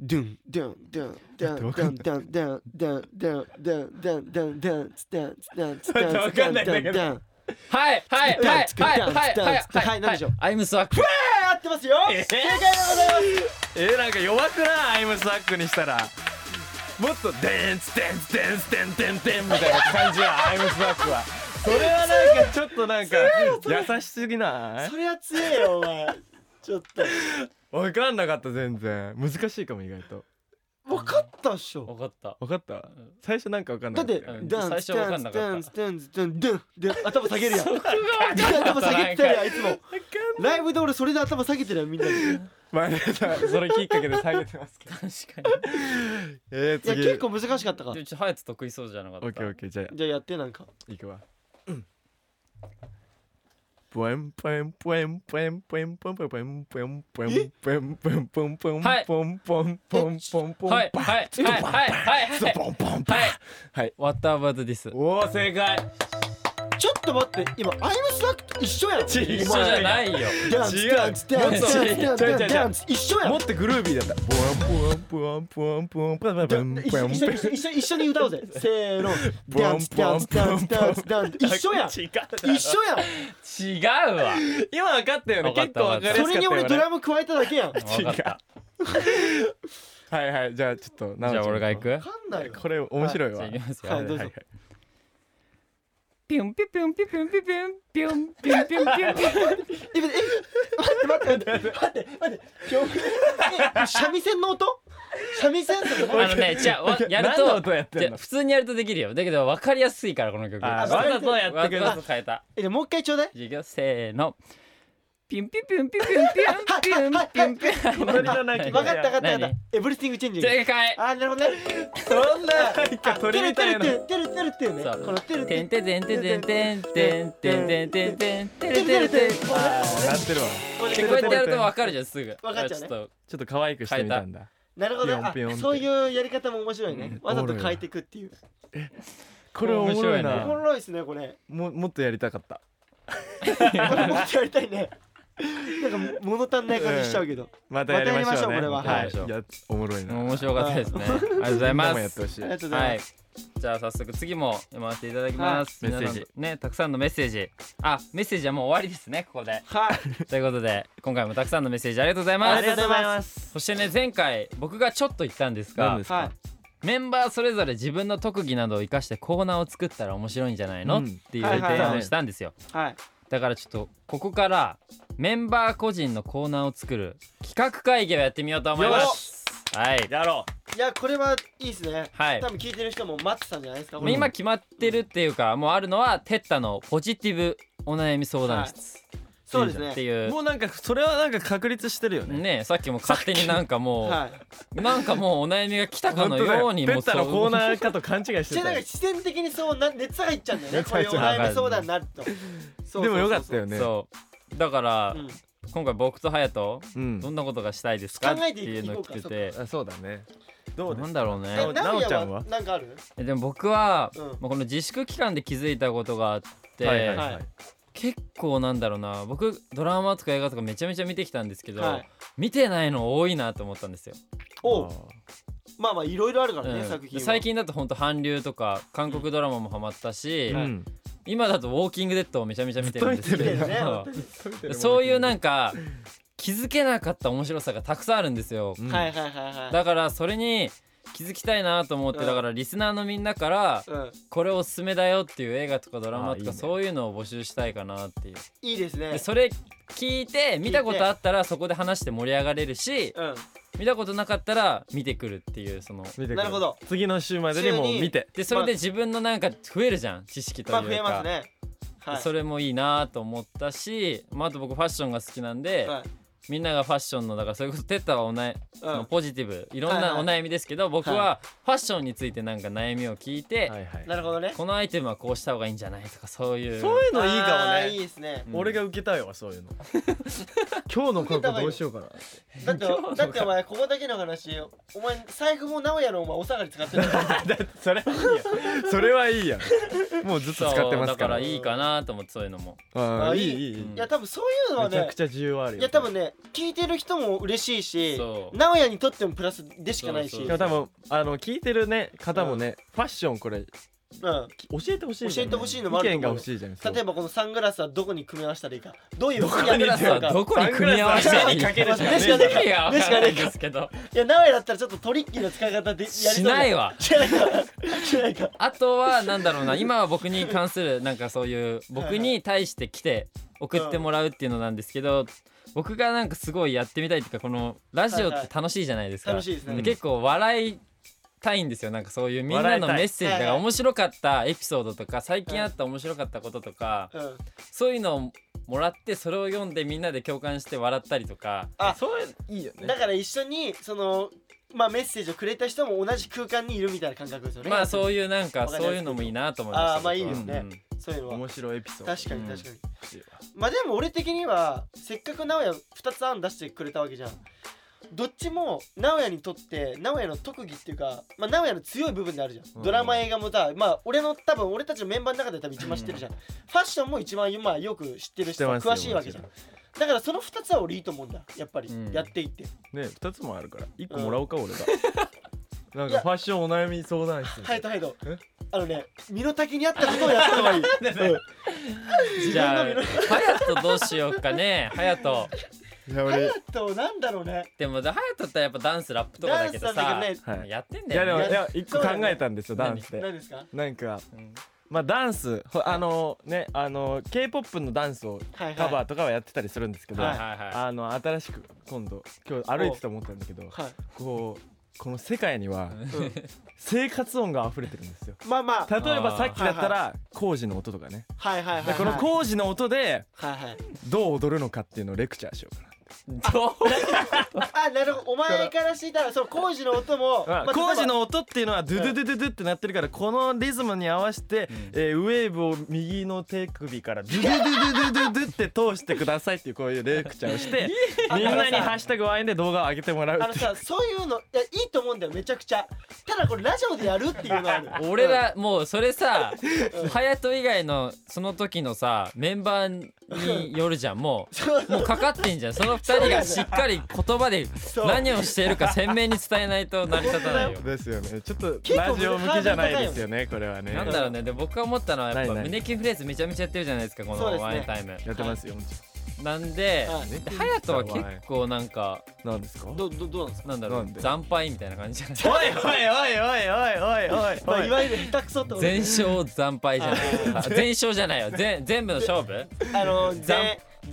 Speaker 2: ドゥンドゥンドゥンドゥンドゥンドゥンドゥンドゥンドゥンドゥンドゥンドゥンドゥンツダンツダンツダンツダンツダン
Speaker 4: わかんないんだけど
Speaker 2: ダン
Speaker 3: はいはいはいはいはいはいはい
Speaker 2: ダンはい何でしょう
Speaker 3: アイムスワック
Speaker 2: あ合ってますよ
Speaker 4: えー
Speaker 2: 正解でございます
Speaker 4: たえー、なんか弱くないアイムスワックにしたらもっとデンツデンツデンツデンデンデンみたいな感じやアイムスワックはそれはなんかちょっとなんか優しすぎない
Speaker 2: それは強えよお前ちょっと
Speaker 4: 分かんなかった全然難しいかも意外と
Speaker 2: 分かったっしょ
Speaker 3: 分かった
Speaker 4: 分かった最初なんか分かん
Speaker 2: だ
Speaker 4: な
Speaker 2: っ
Speaker 4: かっ
Speaker 2: て
Speaker 4: たよね
Speaker 2: ダンツダンツダンツダンツダンダンダン頭下げるやん頭下げてたりあいつもライブで俺それで頭下げてるやんみんなにい
Speaker 4: まあねさそれきっかけで下げてますけど
Speaker 3: 確か
Speaker 4: えー、
Speaker 2: や
Speaker 4: 次
Speaker 2: 結構難しかったか
Speaker 3: にでちょっとハヤツ得意そうじゃなかっ
Speaker 4: オ
Speaker 3: た
Speaker 4: ッケーオッケーじゃあ
Speaker 2: じゃあやってなんか
Speaker 4: 行くわポエンポエンポエンポエンポエンポエンポエンポエンポエンポエンポエンポエンポエンポエンポエン
Speaker 3: はい
Speaker 4: ポンポンポンポンポン
Speaker 3: はいはいはいはいはい
Speaker 4: ズボンポンポン
Speaker 3: はい
Speaker 4: はい
Speaker 3: ワッターバードディス
Speaker 4: おお正解
Speaker 2: ちょっと待って今アイムスラックと一緒やろ
Speaker 4: 違う
Speaker 3: 一緒じゃないよ
Speaker 2: ダンスダンスダンスダンスダンスダンス一緒や
Speaker 4: も
Speaker 2: ろ
Speaker 4: っとグルービーだったポエンポエンポエンポエンポエンポエン
Speaker 2: 一
Speaker 4: ポエ
Speaker 2: 緒
Speaker 4: ン
Speaker 2: 一緒
Speaker 4: ポエ
Speaker 2: 一緒
Speaker 4: ン
Speaker 2: 一緒一緒に歌おうぜせーのダンスダンスダンスダンスダンス一緒やん
Speaker 4: 違う
Speaker 2: 一緒やん
Speaker 3: 違うわ
Speaker 4: 今分かったよね
Speaker 3: 分かっ
Speaker 4: 結
Speaker 3: た
Speaker 4: 構分かりや
Speaker 2: そ
Speaker 4: すかったよね
Speaker 2: れに俺ドラム加えただけやんわ
Speaker 3: 分かった
Speaker 4: はいはいじゃあちょっと
Speaker 3: じゃあ俺が行く
Speaker 2: かんないよ
Speaker 4: これ面白い
Speaker 3: じゃ
Speaker 4: わ
Speaker 3: あ行きますよ
Speaker 2: はいどうぞ
Speaker 3: ピュンピュピュンピュピュンピュピュンピュンピュンピュンピュンピュン
Speaker 2: え待って待って待って待って待って今日え三味線の音三味線って
Speaker 3: あのね、じゃあわやる
Speaker 4: 何の
Speaker 3: と
Speaker 4: 音やってんの
Speaker 3: じゃあ普通にやるとできるよ。だけど分かりやすいからこの曲。
Speaker 4: あ
Speaker 2: ーわざと
Speaker 4: やってくれた
Speaker 3: わざと変えた。
Speaker 2: えもう一回ちょうだい
Speaker 3: じゃあいくよせーの。ピュンピュンピュンピュンピュンピュンピュンピュンピュン。
Speaker 4: これじゃない
Speaker 2: 分かった分かった分かっ
Speaker 3: 何
Speaker 2: たエブリティングチェンジング
Speaker 3: 正解。
Speaker 2: あーなるほどね
Speaker 4: そんななんか鳥みたいな
Speaker 2: あてるてるてるてるてるてるねこのてるて
Speaker 3: て
Speaker 2: る
Speaker 3: んてんてんてんてんてんてんてんてんてんてんてんてんてんてんてん。こ
Speaker 4: あーなってるわ
Speaker 3: うやってやると分かるじゃんすぐ。
Speaker 2: 分かっちゃうね
Speaker 3: ちょっと
Speaker 4: ちょっと可愛くしてみたんだ
Speaker 2: なるほどね
Speaker 4: ピヨンピヨンっ
Speaker 2: あ
Speaker 4: て
Speaker 2: そういうやり方も面白いね
Speaker 4: うん
Speaker 2: わざと変えていくっていう
Speaker 4: これ面白い
Speaker 2: お
Speaker 3: 面
Speaker 2: も
Speaker 4: な
Speaker 2: ろいですねこれ
Speaker 4: ももっとやりたかった
Speaker 2: これもっとやりたいねなんか物足んない感じしちゃうけど
Speaker 4: またやりましょうね
Speaker 2: またやりましょうこ
Speaker 3: はい
Speaker 2: れは
Speaker 4: はいいやおもろいな
Speaker 3: 面白かったですね。ありがとうござい
Speaker 4: みんな
Speaker 3: ま
Speaker 4: もやっ
Speaker 3: す
Speaker 4: て。ほしい
Speaker 2: ありがとうござ
Speaker 3: はいい
Speaker 2: ます。
Speaker 3: じゃあ早速次も読ませていただきます。
Speaker 4: はいメッセージ
Speaker 3: 皆さんのね、たくさんのメッセージ。あ、メッセージはもう終わりですね、ここで。
Speaker 2: はい
Speaker 3: ということで、今回もたくさんのメッセージありがとうござい
Speaker 2: あ
Speaker 3: ま
Speaker 2: り
Speaker 3: す
Speaker 2: が。とうございます
Speaker 3: そしてね、前回僕がちょっと言ったんです
Speaker 4: 何
Speaker 3: が
Speaker 4: です、
Speaker 2: は
Speaker 4: か
Speaker 2: い
Speaker 3: メンバーそれぞれ自分の特技などを生かしてコーナーを作ったら面白いんじゃないの、
Speaker 4: うん
Speaker 3: っていう
Speaker 2: はい
Speaker 3: 提
Speaker 2: はいはい
Speaker 3: 案をしたんですよ。
Speaker 2: はい
Speaker 3: だからちょっとここからメンバー個人のコーナーを作る企画会議をやってみようと思います。はい。
Speaker 4: やろ
Speaker 2: いやこれはいいですね
Speaker 3: はい
Speaker 2: 多。分聞いてる人も待ってたんじゃないですかこれ
Speaker 3: 今決まってるっていうかもうあるのはテッタのポジティブお悩み相談室
Speaker 2: そうです
Speaker 3: って
Speaker 2: ね
Speaker 3: いう、
Speaker 4: もうなんかそれはなんか確立してるよね
Speaker 3: ねさっきも勝手になんかもう、
Speaker 2: はい
Speaker 3: なんかもうお悩みが来たか
Speaker 4: 本
Speaker 3: の
Speaker 4: 当だ
Speaker 3: よ
Speaker 4: よ
Speaker 3: うに
Speaker 4: ペ
Speaker 3: もう
Speaker 4: ッタのコー
Speaker 3: ー
Speaker 4: ナーかと勘 違いし
Speaker 2: じ
Speaker 4: て
Speaker 2: ゃあな
Speaker 4: た
Speaker 2: んか
Speaker 4: よ
Speaker 2: 自然的にそうな熱が入っちゃうんだよね
Speaker 4: 熱
Speaker 2: こ
Speaker 4: が
Speaker 2: うい
Speaker 4: 入
Speaker 2: う
Speaker 4: っ
Speaker 2: お
Speaker 4: ちゃう
Speaker 2: 悩み相談になると
Speaker 4: でもよかったよね
Speaker 3: そうだから、
Speaker 2: うん
Speaker 3: 今回僕と隼人
Speaker 4: うん
Speaker 3: どんなことがしたいですかっ
Speaker 2: 考
Speaker 3: て
Speaker 2: えてい
Speaker 3: いうのを
Speaker 2: いこう
Speaker 3: 来
Speaker 2: か
Speaker 3: てて
Speaker 4: あそうだねどうで
Speaker 3: な
Speaker 4: す
Speaker 3: んだろう
Speaker 2: え
Speaker 3: ね
Speaker 4: なお
Speaker 2: 名古
Speaker 4: なおち
Speaker 2: 屋
Speaker 4: ゃん
Speaker 2: は
Speaker 4: は
Speaker 2: なんかある
Speaker 3: えでも僕は、
Speaker 2: うん
Speaker 3: まあ、この自粛期間で気づいたことがあって、
Speaker 4: はいはい
Speaker 2: は
Speaker 4: はいい
Speaker 3: 結構なんだろうな僕ドラマとか映画とかめちゃめちゃ見てきたんですけど、
Speaker 2: はい
Speaker 3: 見てないの多いなと思ったんですよ、
Speaker 2: おう
Speaker 4: あー
Speaker 2: まあまあいろいろあるから
Speaker 3: う
Speaker 2: ね
Speaker 3: ん
Speaker 2: 作品は
Speaker 3: 最近だとほんと韓流とか韓国ドラマもハマったし、
Speaker 4: うん
Speaker 3: 今だと「ウォーキングデッド」をめちゃめちゃ見てるんですけ
Speaker 2: 見てる
Speaker 3: ど、
Speaker 2: ね 本当に
Speaker 3: そういうなんか気づけなかった面白さがたくさんあるんですよ、
Speaker 4: うん
Speaker 2: はいはいはいはい
Speaker 3: だからそれに気づきたいなと思って、
Speaker 2: うん
Speaker 3: だからリスナーのみんなから
Speaker 2: うん
Speaker 3: これおすすめだよっていう映画とかドラマ
Speaker 4: あい
Speaker 3: と
Speaker 4: い
Speaker 3: か
Speaker 4: ね
Speaker 3: そういうのを募集したいかなっていう
Speaker 2: いいですね
Speaker 3: でそれ聞いて見たことあったらそこで話して盛り上がれるし
Speaker 2: う
Speaker 3: 見たことなかったら見てくるっていうその
Speaker 4: 見てく
Speaker 2: んなるほど
Speaker 4: 次の週までにもう見て
Speaker 3: でそれで自分のなんか増えるじゃん知識というか、
Speaker 2: まあ増えますねはい
Speaker 3: それもいいなと思ったし、まあ、あと僕ファッションが好きなんで、
Speaker 2: はい
Speaker 3: みんながファッションのだからそれこそテッタはおな、
Speaker 2: うん
Speaker 3: そのポジティブいろん
Speaker 2: はい
Speaker 3: な
Speaker 2: はい
Speaker 3: お悩みですけど、僕
Speaker 2: は
Speaker 3: はファッションについてなんか悩みを聞いて、
Speaker 4: はいはい
Speaker 2: なるほどね
Speaker 3: このアイテムはこうした方がいいんじゃないとかそういう
Speaker 4: そういうのいいかも
Speaker 2: あー
Speaker 4: ね
Speaker 2: いいですね
Speaker 3: うん
Speaker 4: 俺が受けたいわそういうの今日の過去どうしようかなって
Speaker 2: だってだってお前ここだけの話お前財布も直哉のお前お下がり使ってる
Speaker 4: だってそれはいいよそれはいいやもうずっと使ってま
Speaker 3: だ
Speaker 4: すか
Speaker 3: かららいいかなと思ってそういうのも
Speaker 4: あ
Speaker 2: あ
Speaker 4: あ
Speaker 2: い
Speaker 4: い
Speaker 2: い
Speaker 4: いいいいい
Speaker 2: いや多分そういうのは
Speaker 4: めちゃ
Speaker 2: ね
Speaker 4: くちゃ需要あるよ
Speaker 2: いや多分ね聞いてる人も嬉しいし
Speaker 3: そう
Speaker 2: 直哉にとってもプラスでしかないし
Speaker 3: そう
Speaker 4: でも多分あの聞いてるね方もねファッションこれ
Speaker 2: うん
Speaker 4: き教えてほしいよね
Speaker 2: 教えてほしいのもある
Speaker 4: 意
Speaker 2: と思う
Speaker 4: 見が欲しいじゃん
Speaker 2: 例え
Speaker 4: ば
Speaker 2: ばこのサングラスはどこに組み合わせたらいいかどういうサングラス
Speaker 3: さ
Speaker 2: な
Speaker 3: あ
Speaker 2: のか
Speaker 3: どこに組み合わせたらいい
Speaker 4: サングラス
Speaker 2: だけしかねえか
Speaker 3: いやわかんないですけど
Speaker 2: いや直哉だったらちょっとトリッキーな使い方でやりそう
Speaker 3: し ないわ
Speaker 2: しないかしないか
Speaker 3: あとはなんだろうな今は僕に関するなんかそういう僕に対して来て送ってもらうっていうのなんですけど僕がなんかすごいやってみたいっていうかこのラジオって楽しいじゃないですか
Speaker 2: 楽しいですね
Speaker 3: で結構笑いたいんですよなんかそういうみんなのメッセージだ
Speaker 2: 笑いた
Speaker 3: か
Speaker 2: い
Speaker 3: ら面白かったエピソードとか最近あった面白かったこととか
Speaker 2: うん
Speaker 3: そういうのをもらってそれを読んでみんなで共感して笑ったりとか
Speaker 2: あ
Speaker 4: そういういいよね
Speaker 2: だから一緒にそのまあメッセージをくれた人も同じ空間にいるみたいな感覚ですよね
Speaker 3: まあそう
Speaker 2: いう
Speaker 3: いうなん
Speaker 2: わ
Speaker 3: か
Speaker 2: かりやすい
Speaker 3: そういうのもいいなと思いました
Speaker 2: あーまあいい
Speaker 4: です
Speaker 3: う
Speaker 2: ね
Speaker 3: ん
Speaker 2: そういうのは
Speaker 4: 面白いエピソード
Speaker 2: 確かに確かに、
Speaker 4: 欲しいわ
Speaker 2: まあでも俺的にはせっかく直哉2つ案出してくれたわけじゃんどっちも直哉にとって直哉の特技っていうか、まあ、直哉の強い部分であるじゃん、
Speaker 4: うん
Speaker 2: ドラマ映画もさまあ俺の多分俺たちのメンバーの中で多分一番知ってるじゃん、ファッションも一番、まあ、よく知ってるし
Speaker 4: 知ってますよ
Speaker 2: 詳しいわけじゃんだからその2つは俺いいと思うんだやっぱり、
Speaker 3: うん
Speaker 2: やっていって
Speaker 4: ね二つもあるから一個もらおうか俺がなん
Speaker 2: い
Speaker 4: か
Speaker 2: や
Speaker 4: ファッションお悩み相談室
Speaker 2: ハイトハイト
Speaker 4: え
Speaker 2: あのね身の丈に合ったことをやった方がいいうん
Speaker 3: じゃあ隼人どうしようかね隼人
Speaker 4: いや
Speaker 2: ハ
Speaker 4: 俺
Speaker 2: ヤトなんだろうね
Speaker 3: でも隼人ってやっぱダンスラップとかだけど
Speaker 2: ダン
Speaker 3: さ
Speaker 2: スなんだけど
Speaker 4: はい
Speaker 3: やってん
Speaker 4: い
Speaker 3: だ
Speaker 4: やで
Speaker 3: よ
Speaker 4: も
Speaker 3: ね
Speaker 4: いや一個考えたんですよダンスで
Speaker 2: 何ですか
Speaker 4: なんか
Speaker 3: うん
Speaker 4: まあダンスほあのねあの K-POP のダンスを
Speaker 2: はいはい
Speaker 4: カバーとかはやってたりするんですけど、
Speaker 3: はいはいは
Speaker 4: あの新しく今度今日歩いてて思ったんだけど
Speaker 2: はい、
Speaker 4: こうこの世界には
Speaker 2: うん
Speaker 4: 生活音が溢れてるんですよ
Speaker 2: まあまあ
Speaker 4: 例えばさっきだったら工事の音とかね
Speaker 2: はいはいはい、は
Speaker 4: で
Speaker 2: い、
Speaker 4: この工事の音で
Speaker 2: はいはい
Speaker 4: どう踊るのかっていうのをレクチャーしようか
Speaker 3: いどう
Speaker 2: あなるほどお前からしていたらその工事の音も、
Speaker 4: な、
Speaker 2: まあ
Speaker 4: 工事の音っていうのはドゥドゥドゥドゥドゥってなってるからこのリズムに合わせて、えーウェーブを右の手首からドゥドゥドゥドゥドゥドゥドゥって通してくださいっていうこういうレクチャーをしてみんなに「ハッシュタグワイン」で動画を上げてもらう
Speaker 2: あ
Speaker 4: っ
Speaker 2: の
Speaker 4: てい
Speaker 2: さ
Speaker 4: う
Speaker 2: そういうのいやいいと思うんだよめちゃくちゃただこれラジオでやるっていうのはある
Speaker 3: 俺らもうそれさ隼人以外のその時のさメンバーによるじゃんも
Speaker 2: そう
Speaker 3: うもうかかってんじゃんその2人がしっかり言葉で
Speaker 2: そう
Speaker 3: 何をしているか鮮明に伝えないと成り立たないよ
Speaker 4: ですよねちょっと
Speaker 2: 結構
Speaker 4: ラジオ向きじゃないですよねこれはね
Speaker 3: なんだろうねで僕が思ったのはやっ
Speaker 4: な
Speaker 3: ぱ
Speaker 4: いない
Speaker 3: 胸キュンフレーズめちゃめちゃやってるじゃないですかこ
Speaker 2: そう
Speaker 3: の
Speaker 2: ですね
Speaker 3: ワインタイム
Speaker 4: やってますよ、
Speaker 3: なんで
Speaker 2: はい
Speaker 4: ね
Speaker 3: 隼人は結構なんか
Speaker 4: なんですかおい
Speaker 2: どどどうなんですか
Speaker 3: なんだろ
Speaker 4: な
Speaker 3: うん
Speaker 4: で
Speaker 3: 惨敗みたいな感じじゃない
Speaker 4: おいおいおいおいおい
Speaker 2: ま
Speaker 4: お
Speaker 2: あ、
Speaker 4: い
Speaker 2: いわゆる下手くそってこと
Speaker 3: 全勝惨敗じゃない
Speaker 2: あ
Speaker 3: あ全勝じゃないよ全全部の勝負
Speaker 2: あの前
Speaker 3: 残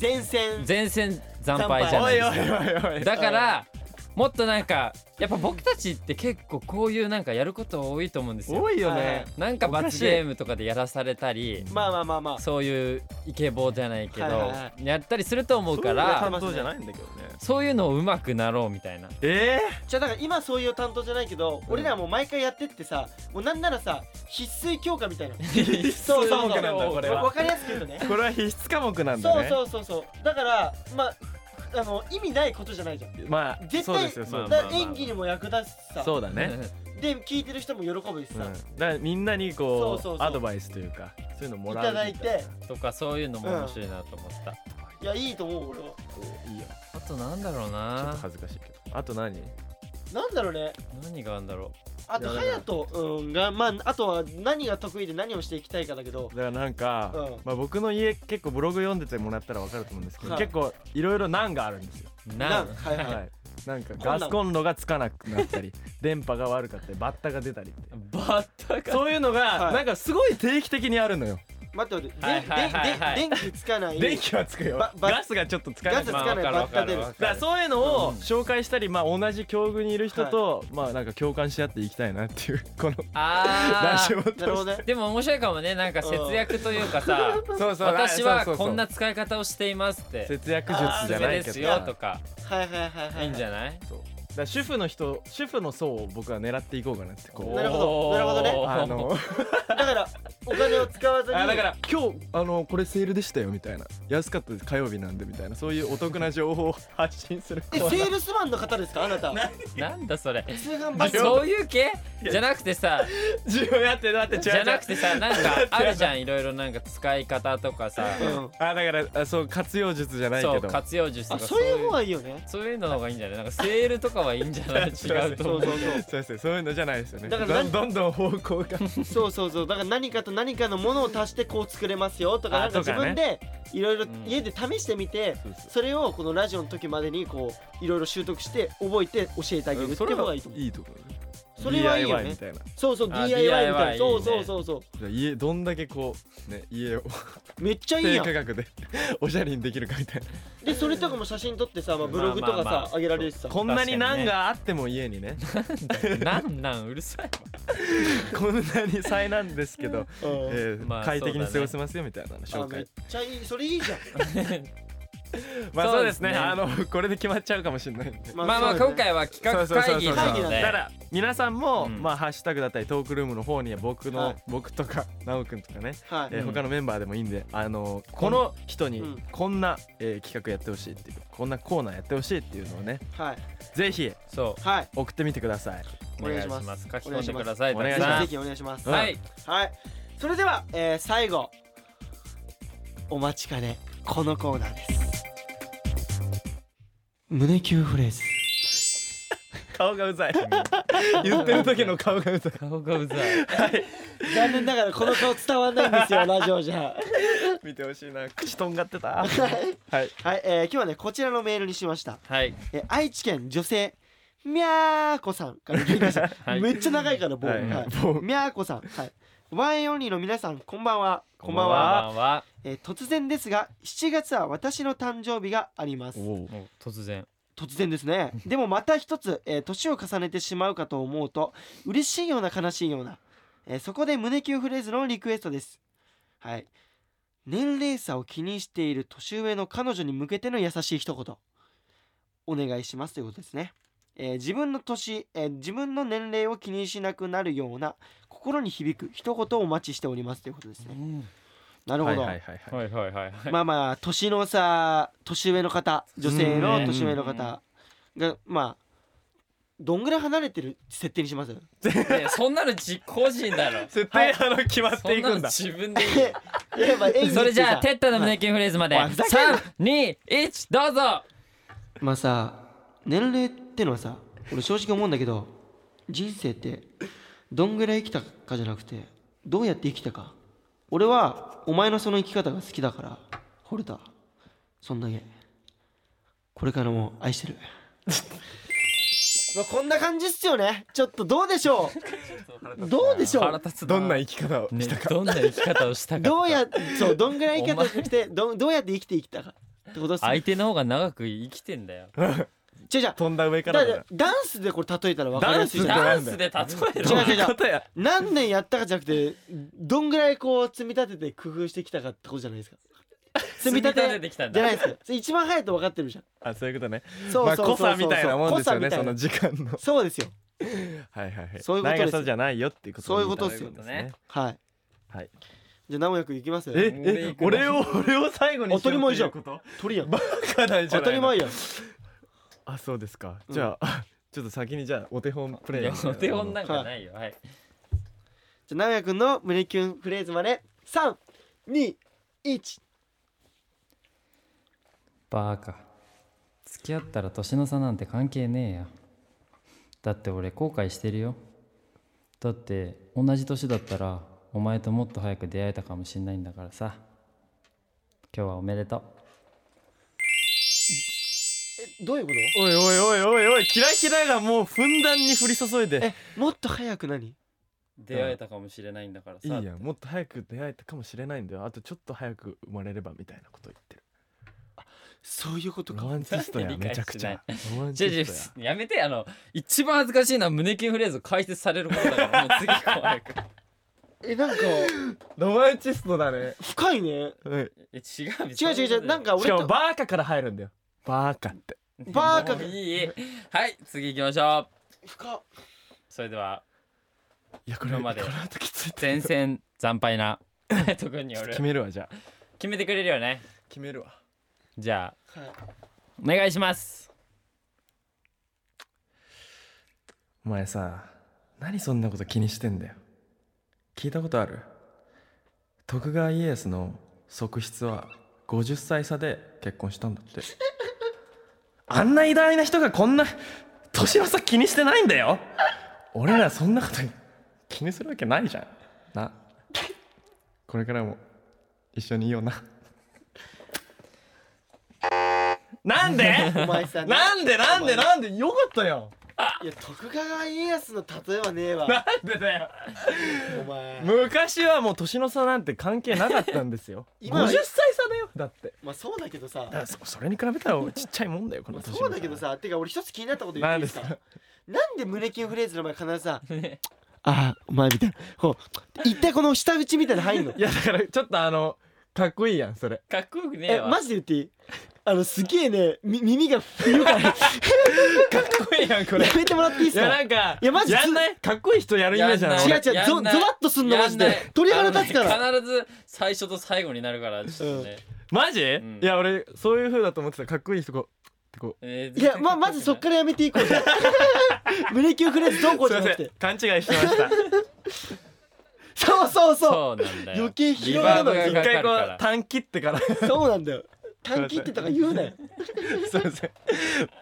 Speaker 2: 前線
Speaker 3: 全戦惨敗じゃないですよ
Speaker 4: おいおい
Speaker 3: だからもっとなんかやっぱ僕たちって結構こういうなんかやること多いと思うんですよ
Speaker 4: 多いよ
Speaker 2: はいはい
Speaker 4: ね
Speaker 3: なんか罰ゲームとかでやらされたり
Speaker 2: まあまあまあまあ
Speaker 3: そういうイケボじゃないけど
Speaker 2: はいはいは
Speaker 3: やったりすると思うか
Speaker 4: そういう
Speaker 3: ら
Speaker 4: 担当じゃないんだけどね
Speaker 3: そういうのをうまくなろうみたいな
Speaker 4: え
Speaker 2: じゃあだから今そういう担当じゃないけど、俺らもう毎回やってってさもうなんならさ必須教科みたいなそうそうそう
Speaker 4: 必須科目なんだこれは
Speaker 2: わかりやすく言うとね
Speaker 4: ーこれは必須科目なんだ
Speaker 2: そう
Speaker 4: ね
Speaker 2: そうそうそうだからまああの意味ないことじゃないじゃん
Speaker 4: まあ
Speaker 2: 絶対
Speaker 4: そうですよそう
Speaker 3: まあ
Speaker 4: だ
Speaker 2: だから演技にも役立つしさ
Speaker 4: そうだね
Speaker 2: で聞いてる人も喜ぶし
Speaker 4: うん
Speaker 2: さ、
Speaker 4: だからみんなにこ
Speaker 2: そうそう
Speaker 4: う
Speaker 2: そう
Speaker 4: アドバイスというかそういうのもらうみ
Speaker 2: いただいて
Speaker 3: とかそういうのも面白いなと思った
Speaker 2: いやいいと思う俺はい
Speaker 4: いよ
Speaker 3: あとなんだろう
Speaker 4: ちょっ
Speaker 3: な
Speaker 4: と恥ずかしいけどあと何
Speaker 2: なんだろうね
Speaker 3: 何があるんだろう
Speaker 2: あと
Speaker 4: いやだ
Speaker 2: 隼人、うん、がまああとは何が得意で何をしていきたいかだけど
Speaker 4: だからなんか、
Speaker 2: うん
Speaker 4: まあ、僕の家結構ブログ読んでてもらったら分かると思うんですけど、
Speaker 2: はい
Speaker 4: 結構いろいろ難があるんですよ、
Speaker 3: なん
Speaker 2: はいはい、
Speaker 4: はい、なんか
Speaker 2: んなの
Speaker 4: ガスコンロがつかなくなったり 電波が悪かったりバッタが出たりって
Speaker 3: バッタが
Speaker 4: そういうのが、
Speaker 2: はい
Speaker 4: なんかすごい定期的にあるのよ
Speaker 2: 待って待って、
Speaker 3: はいはいはいはい
Speaker 2: ででで電気つかない
Speaker 4: 電気はつくよ
Speaker 2: ばば
Speaker 4: ガスがちょっとつかな
Speaker 2: ガ
Speaker 4: い
Speaker 2: スつ
Speaker 4: だか
Speaker 2: かない
Speaker 3: まあ
Speaker 2: バ
Speaker 3: わ
Speaker 2: ッ
Speaker 3: か
Speaker 2: タ
Speaker 3: る
Speaker 2: 出る
Speaker 3: わかる
Speaker 4: らそういうの
Speaker 3: う
Speaker 4: を
Speaker 3: ん
Speaker 4: 紹介したり、まあ、同じ境遇にいる人と、まあなんか共感し合っていきたいなっていうこのラ
Speaker 3: あ
Speaker 4: ジオを通し
Speaker 2: なるほど
Speaker 4: て
Speaker 2: ね
Speaker 3: ーでも面白いかもねなんか節約というかさ
Speaker 4: そう そう
Speaker 3: 私は
Speaker 4: そうそうそう
Speaker 3: こんな使い方をしていますって
Speaker 4: 節約術じゃない
Speaker 3: おすすめです
Speaker 4: けど
Speaker 3: よとか
Speaker 2: はいはいはいはい
Speaker 3: いいんじゃない
Speaker 4: そうら主婦の人主婦の層を僕は狙っていこうかなってこう
Speaker 2: なるほどなるほどね
Speaker 3: おー
Speaker 4: あの
Speaker 2: だからお金を使わずに
Speaker 4: あだから今日あのこれセールでしたよみたいな安かったです火曜日なんでみたいなそういうお得な情報を 発信する
Speaker 2: えセールスマンの方ですかあなた
Speaker 3: なんだ それ
Speaker 2: 通販
Speaker 3: あ
Speaker 2: 番組
Speaker 3: そういう系じゃなくてさ
Speaker 4: 自分やってだって違う
Speaker 3: じゃなくてさなん かあるじゃ
Speaker 4: ん
Speaker 3: んいろいろなんか使い方とかさ
Speaker 2: うん
Speaker 4: あだからあそう活用術じゃない
Speaker 3: そ
Speaker 4: け
Speaker 3: う
Speaker 4: ど
Speaker 3: 活用術と
Speaker 2: あ
Speaker 3: か
Speaker 2: そういう方がいいよね
Speaker 3: そういうのの方がいいんじゃないなんかセールとかはいいんじゃない 違うと
Speaker 2: そ
Speaker 3: 思
Speaker 2: う
Speaker 3: う
Speaker 2: そうそう
Speaker 4: そうですねそういうのじゃないですよね
Speaker 2: だ
Speaker 4: だ
Speaker 2: か
Speaker 4: かららどんどん方向が
Speaker 2: そうそうそうだから何かと何かのものを足してこう作れますよとか
Speaker 4: あ
Speaker 2: なんか
Speaker 4: と
Speaker 2: 自
Speaker 4: かね
Speaker 2: 分でいろいろ
Speaker 3: うん
Speaker 2: 家で試してみて
Speaker 4: そうそう
Speaker 2: それをこのラジオの時までにこういろいろ習得して覚えて教えてあげるっていう方がいいと思う
Speaker 4: いいところね
Speaker 2: それはいいよ
Speaker 4: DIY
Speaker 2: ね
Speaker 4: みたいな
Speaker 2: そうそう
Speaker 3: あ
Speaker 2: DIY みたいな
Speaker 3: DIY
Speaker 2: そ
Speaker 3: いういね
Speaker 2: そうそうそ
Speaker 4: じゃあ家どんだけこうね家を
Speaker 2: うめっ ちゃいい
Speaker 4: 低
Speaker 2: やん
Speaker 4: 価格でおしゃれにできるかみ たいな
Speaker 2: でそれとかも写真撮ってさまあブログ
Speaker 3: ま
Speaker 2: とか
Speaker 3: あまあま
Speaker 2: さあげられるしさ
Speaker 4: こん
Speaker 3: ん
Speaker 4: な
Speaker 3: な
Speaker 4: に
Speaker 3: に
Speaker 4: 難
Speaker 3: 難
Speaker 4: があっても家 にね
Speaker 3: なんなんうるさい
Speaker 4: こんなに災難ですけ ど、
Speaker 2: うん
Speaker 4: えー
Speaker 3: まあ
Speaker 4: 快適に
Speaker 3: そうだね
Speaker 4: 過ごせますよみたいなの紹
Speaker 2: あめっ
Speaker 4: 介
Speaker 2: ちゃいいそれいいじゃん
Speaker 4: まあそうです
Speaker 3: そうですね
Speaker 4: ねあのこれで決まっちゃうかもしれないんで
Speaker 3: まあまあ
Speaker 2: そう
Speaker 3: 今
Speaker 2: だね
Speaker 3: 回は企画会議な
Speaker 2: そうそうそう
Speaker 3: の
Speaker 2: そう
Speaker 4: だか
Speaker 3: で
Speaker 4: ら皆さんも、
Speaker 3: うん
Speaker 4: まあハッシュタグだったりトークルームの方には僕の、
Speaker 2: はい
Speaker 4: 僕とか直くんとかね、
Speaker 2: はい
Speaker 4: えー
Speaker 3: うん
Speaker 4: 他のメンバーでもいいんであのこの人
Speaker 2: うん
Speaker 4: にこんな、えー企画やってほしいっていうこんなコーナーやってほしいっていうのをね
Speaker 2: はい
Speaker 4: ぜひ
Speaker 3: そ
Speaker 2: はい
Speaker 4: 送ってみてください
Speaker 3: う
Speaker 2: お
Speaker 3: お
Speaker 2: 願
Speaker 3: 願
Speaker 2: い
Speaker 3: い
Speaker 2: し
Speaker 3: し
Speaker 2: ま
Speaker 3: ますす書き込んでください
Speaker 4: お願いし
Speaker 2: ぜ
Speaker 4: ま
Speaker 2: ひ
Speaker 4: す
Speaker 2: ぜひお願いします
Speaker 4: うん
Speaker 3: はい
Speaker 2: はい。それでは、えー最後お待ちかねこのコーナーです。胸キュンフレーズ。
Speaker 4: 顔がうざい 言ってる時の顔がうざい
Speaker 3: 顔がうざい
Speaker 2: 残念ながらこの顔伝わんないんです よラジオじゃ。
Speaker 4: 見てほしいな口とんがっ てたはい
Speaker 2: はい、えー今日はねこちらのメールにしました。
Speaker 3: はい
Speaker 2: えー愛知県女性みゃーこさんからいただきました
Speaker 3: はい
Speaker 2: めっちゃ長いから棒。
Speaker 4: は
Speaker 2: はいい
Speaker 4: 棒
Speaker 2: みゃーこさん。はい。ワンエンオンリーの皆さんこんばんは。
Speaker 4: こんばんは
Speaker 3: こんばんは
Speaker 2: えー突然ですが7月は私の誕生日があります。
Speaker 4: お
Speaker 3: もう突然
Speaker 2: 突然ですねでもまた一つ、えー年を重ねてしまうかと思うと嬉しいような悲しいような、えーそこで胸キュンフレーズのリクエストですはい年齢差を気にしている年上の彼女に向けての優しい一言お願いしますということですね、えー自分の年、えー自分の年齢を気にしなくなるような心に響く一言をお待ちしておりますということですねなるほ
Speaker 4: はい
Speaker 2: ど、
Speaker 4: はいはいはい
Speaker 3: はいはいはいはい
Speaker 2: まあまあ年のさ年上の方女性の年上の方がまあどんぐらい離れてる設定にします
Speaker 3: いやそんなのじ個人だ ろ
Speaker 4: 絶対あの決まっ
Speaker 3: そ
Speaker 4: て
Speaker 3: ん
Speaker 4: い
Speaker 3: な
Speaker 4: く
Speaker 3: の
Speaker 4: んだ
Speaker 3: 自分でいいよ
Speaker 2: やっぱ演技ってさ
Speaker 3: それじゃあテッドの胸キュンフレーズまで
Speaker 2: おいふざけんな
Speaker 3: 321どうぞ
Speaker 2: まあさ年齢ってのはさ俺正直思うんだけど人生ってどんぐらい生きたかじゃなくてどうやって生きたか俺はお前のその生き方が好きだから惚れたそんだけこれからも愛してるまあこんな感じっすよねちょっとどうでしょうどうでしょ
Speaker 3: 腹
Speaker 2: う
Speaker 3: 立つ
Speaker 4: どんな生き方を
Speaker 3: ねどんな生き方をしたか
Speaker 2: どうやそうどんぐらい生き方してどんどうやって生きて生きたかってことっす
Speaker 3: 相手の方が長く生きてんだよ
Speaker 2: 違う違う
Speaker 4: 飛んだ上か
Speaker 2: だ
Speaker 4: ら
Speaker 2: か
Speaker 4: だ
Speaker 2: らダンスでこれ例えたら分かりやすいじゃん
Speaker 3: ダンスで例え
Speaker 2: 違う
Speaker 3: ろ
Speaker 2: 違う違う
Speaker 4: ことや
Speaker 2: 何年やったかじゃなくてどんぐらいこう積み立てて工夫してきたかってことじゃないで すか積み立て
Speaker 3: 積み立ててきたんだ
Speaker 2: じゃないですかそれ一番早いと分かってるじゃん
Speaker 4: あそういうことね
Speaker 2: そうそうそうそう
Speaker 4: まあ濃さみたいなもんですよね
Speaker 2: 濃さみ
Speaker 4: そ
Speaker 2: たい
Speaker 4: の
Speaker 2: な
Speaker 4: 時間の
Speaker 2: そうですよ
Speaker 4: はいはいはい
Speaker 2: そういうことですよ
Speaker 4: 長さじゃないよっていうこと
Speaker 2: そういうことですよ
Speaker 4: みた
Speaker 2: はい
Speaker 4: はい
Speaker 2: じゃあ直哉君いきますよ
Speaker 4: ええ俺を俺を最後にしよう
Speaker 2: 当たり前じゃん
Speaker 4: ということ
Speaker 2: 鳥やん
Speaker 4: バ カなんじゃ
Speaker 2: 当
Speaker 4: ないの
Speaker 2: たり前やん
Speaker 4: あそうですか
Speaker 2: ん
Speaker 4: じゃあ ちょっと先にじゃあお手本プレ
Speaker 3: い
Speaker 4: イ
Speaker 3: やお手本なんかないよはい
Speaker 2: じゃあ直哉君の胸キュンフレーズまで321
Speaker 3: バカ付き合ったら年の差なんて関係ねえやだって俺後悔してるよだって同じ年だったらお前ともっと早く出会えたかもしんないんだからさ今日はおめでとう
Speaker 2: どういうこと
Speaker 4: おいおいおいおいおいキラキラがもうふんだんに降り注いで
Speaker 2: えもっと早く何
Speaker 3: 出会えたかもしれないんだから
Speaker 4: いい
Speaker 3: さ
Speaker 4: やんもっと早く出会えたかもしれないんだよあとちょっと早く生まれればみたいなこと言ってる
Speaker 2: そういうことか
Speaker 4: ロマンチストや
Speaker 3: なんで理
Speaker 4: めち
Speaker 3: 解
Speaker 4: ゃ
Speaker 3: し
Speaker 4: くち
Speaker 3: ない
Speaker 4: ゃロマン
Speaker 3: ジ
Speaker 4: チ
Speaker 3: ェジ
Speaker 4: ス
Speaker 3: ェやめてあの一番恥ずかしいのは胸キュンフレーズ解説されることだからもう次行こう早く
Speaker 2: えなんか
Speaker 4: トやロマンチストだね
Speaker 2: 深いね
Speaker 4: うん
Speaker 3: え違う
Speaker 2: 違う違う違うなんか
Speaker 4: し
Speaker 2: 俺
Speaker 4: かも
Speaker 2: と
Speaker 4: バーカから入るんだよバーカって
Speaker 2: バーカ
Speaker 5: もういいはい次行きましょう
Speaker 2: 深っ
Speaker 5: それではい
Speaker 4: やこ
Speaker 5: れまで
Speaker 4: この後きついって
Speaker 5: 前線惨敗 なとこによる
Speaker 4: 決めるわじゃあ
Speaker 5: 決めてくれるよね
Speaker 4: 決めるわ
Speaker 5: じゃあ
Speaker 2: はい
Speaker 5: お願いします
Speaker 4: お前さ何そんなこと気にしてんだよ聞いたことある徳川家康の側室は50歳差で結婚したんだってあんな偉大な人がこんな年の差気にしてないんだよ俺らそんなこと気にするわけないじゃんなこれからも一緒にいようななんで
Speaker 2: お前さ
Speaker 4: なんでなんでなんでよかったよ
Speaker 2: いや徳川家康の例えはねえわ
Speaker 4: なんでだよ
Speaker 2: お前
Speaker 4: 昔はもう年の差なんて関係なかったんです よ
Speaker 2: 今は
Speaker 4: 50歳差だよだって
Speaker 2: まあそうだけどさ
Speaker 4: だからそそれに比べたらちっちゃいもんだよこ
Speaker 2: まあ
Speaker 4: の年の
Speaker 2: そ
Speaker 4: 差
Speaker 2: うだけどさてか俺一つ気になったこと言っていいですか
Speaker 4: 何で
Speaker 2: なんで胸キュンフレーズの前必ず さ「ああお前」みたいなこう一体この舌打ちみたいなの入んの
Speaker 4: いやだからちょっとあのかっこいいやんそれ
Speaker 5: かっこよくねえ
Speaker 2: え
Speaker 5: わ
Speaker 2: マジで言っていいあのすげえねみ耳が冬 からや
Speaker 4: かっこいいやんこれい
Speaker 2: めてもらっていいです
Speaker 4: や
Speaker 2: か
Speaker 4: なんか
Speaker 2: いやマジ
Speaker 4: やんないかっこいい人やるイメージなの
Speaker 5: や
Speaker 2: 違
Speaker 5: ん
Speaker 2: う
Speaker 5: な
Speaker 2: 違
Speaker 5: いう
Speaker 2: ゾゾ
Speaker 5: な
Speaker 2: ワ
Speaker 5: い
Speaker 2: ッとすんのマジで鳥肌立つか
Speaker 5: あ
Speaker 2: ら
Speaker 5: のね必ず最初と最後になるからちょっとね、
Speaker 4: マジ、
Speaker 5: ん
Speaker 4: いや俺そういう風だと思ってたかっこいい人こうってこう
Speaker 5: えー
Speaker 2: いやままずそっからやめていこうじゃ ん胸キュンフレーズどうこう
Speaker 4: す
Speaker 2: じゃ
Speaker 4: いま
Speaker 2: な
Speaker 4: せ
Speaker 2: く
Speaker 4: ん
Speaker 2: て
Speaker 4: 勘違いしてました
Speaker 2: そうそうそう
Speaker 5: そうなんだよ
Speaker 2: 余計
Speaker 5: リ
Speaker 2: 広
Speaker 5: バ
Speaker 2: が
Speaker 5: ー
Speaker 2: る
Speaker 5: ブ
Speaker 2: の
Speaker 5: がかか
Speaker 4: 一
Speaker 5: る
Speaker 4: 回こ
Speaker 5: か
Speaker 4: う
Speaker 5: ら
Speaker 4: 短切ってからすい
Speaker 2: そうなんだよ短期ってとか言うなよ
Speaker 4: ません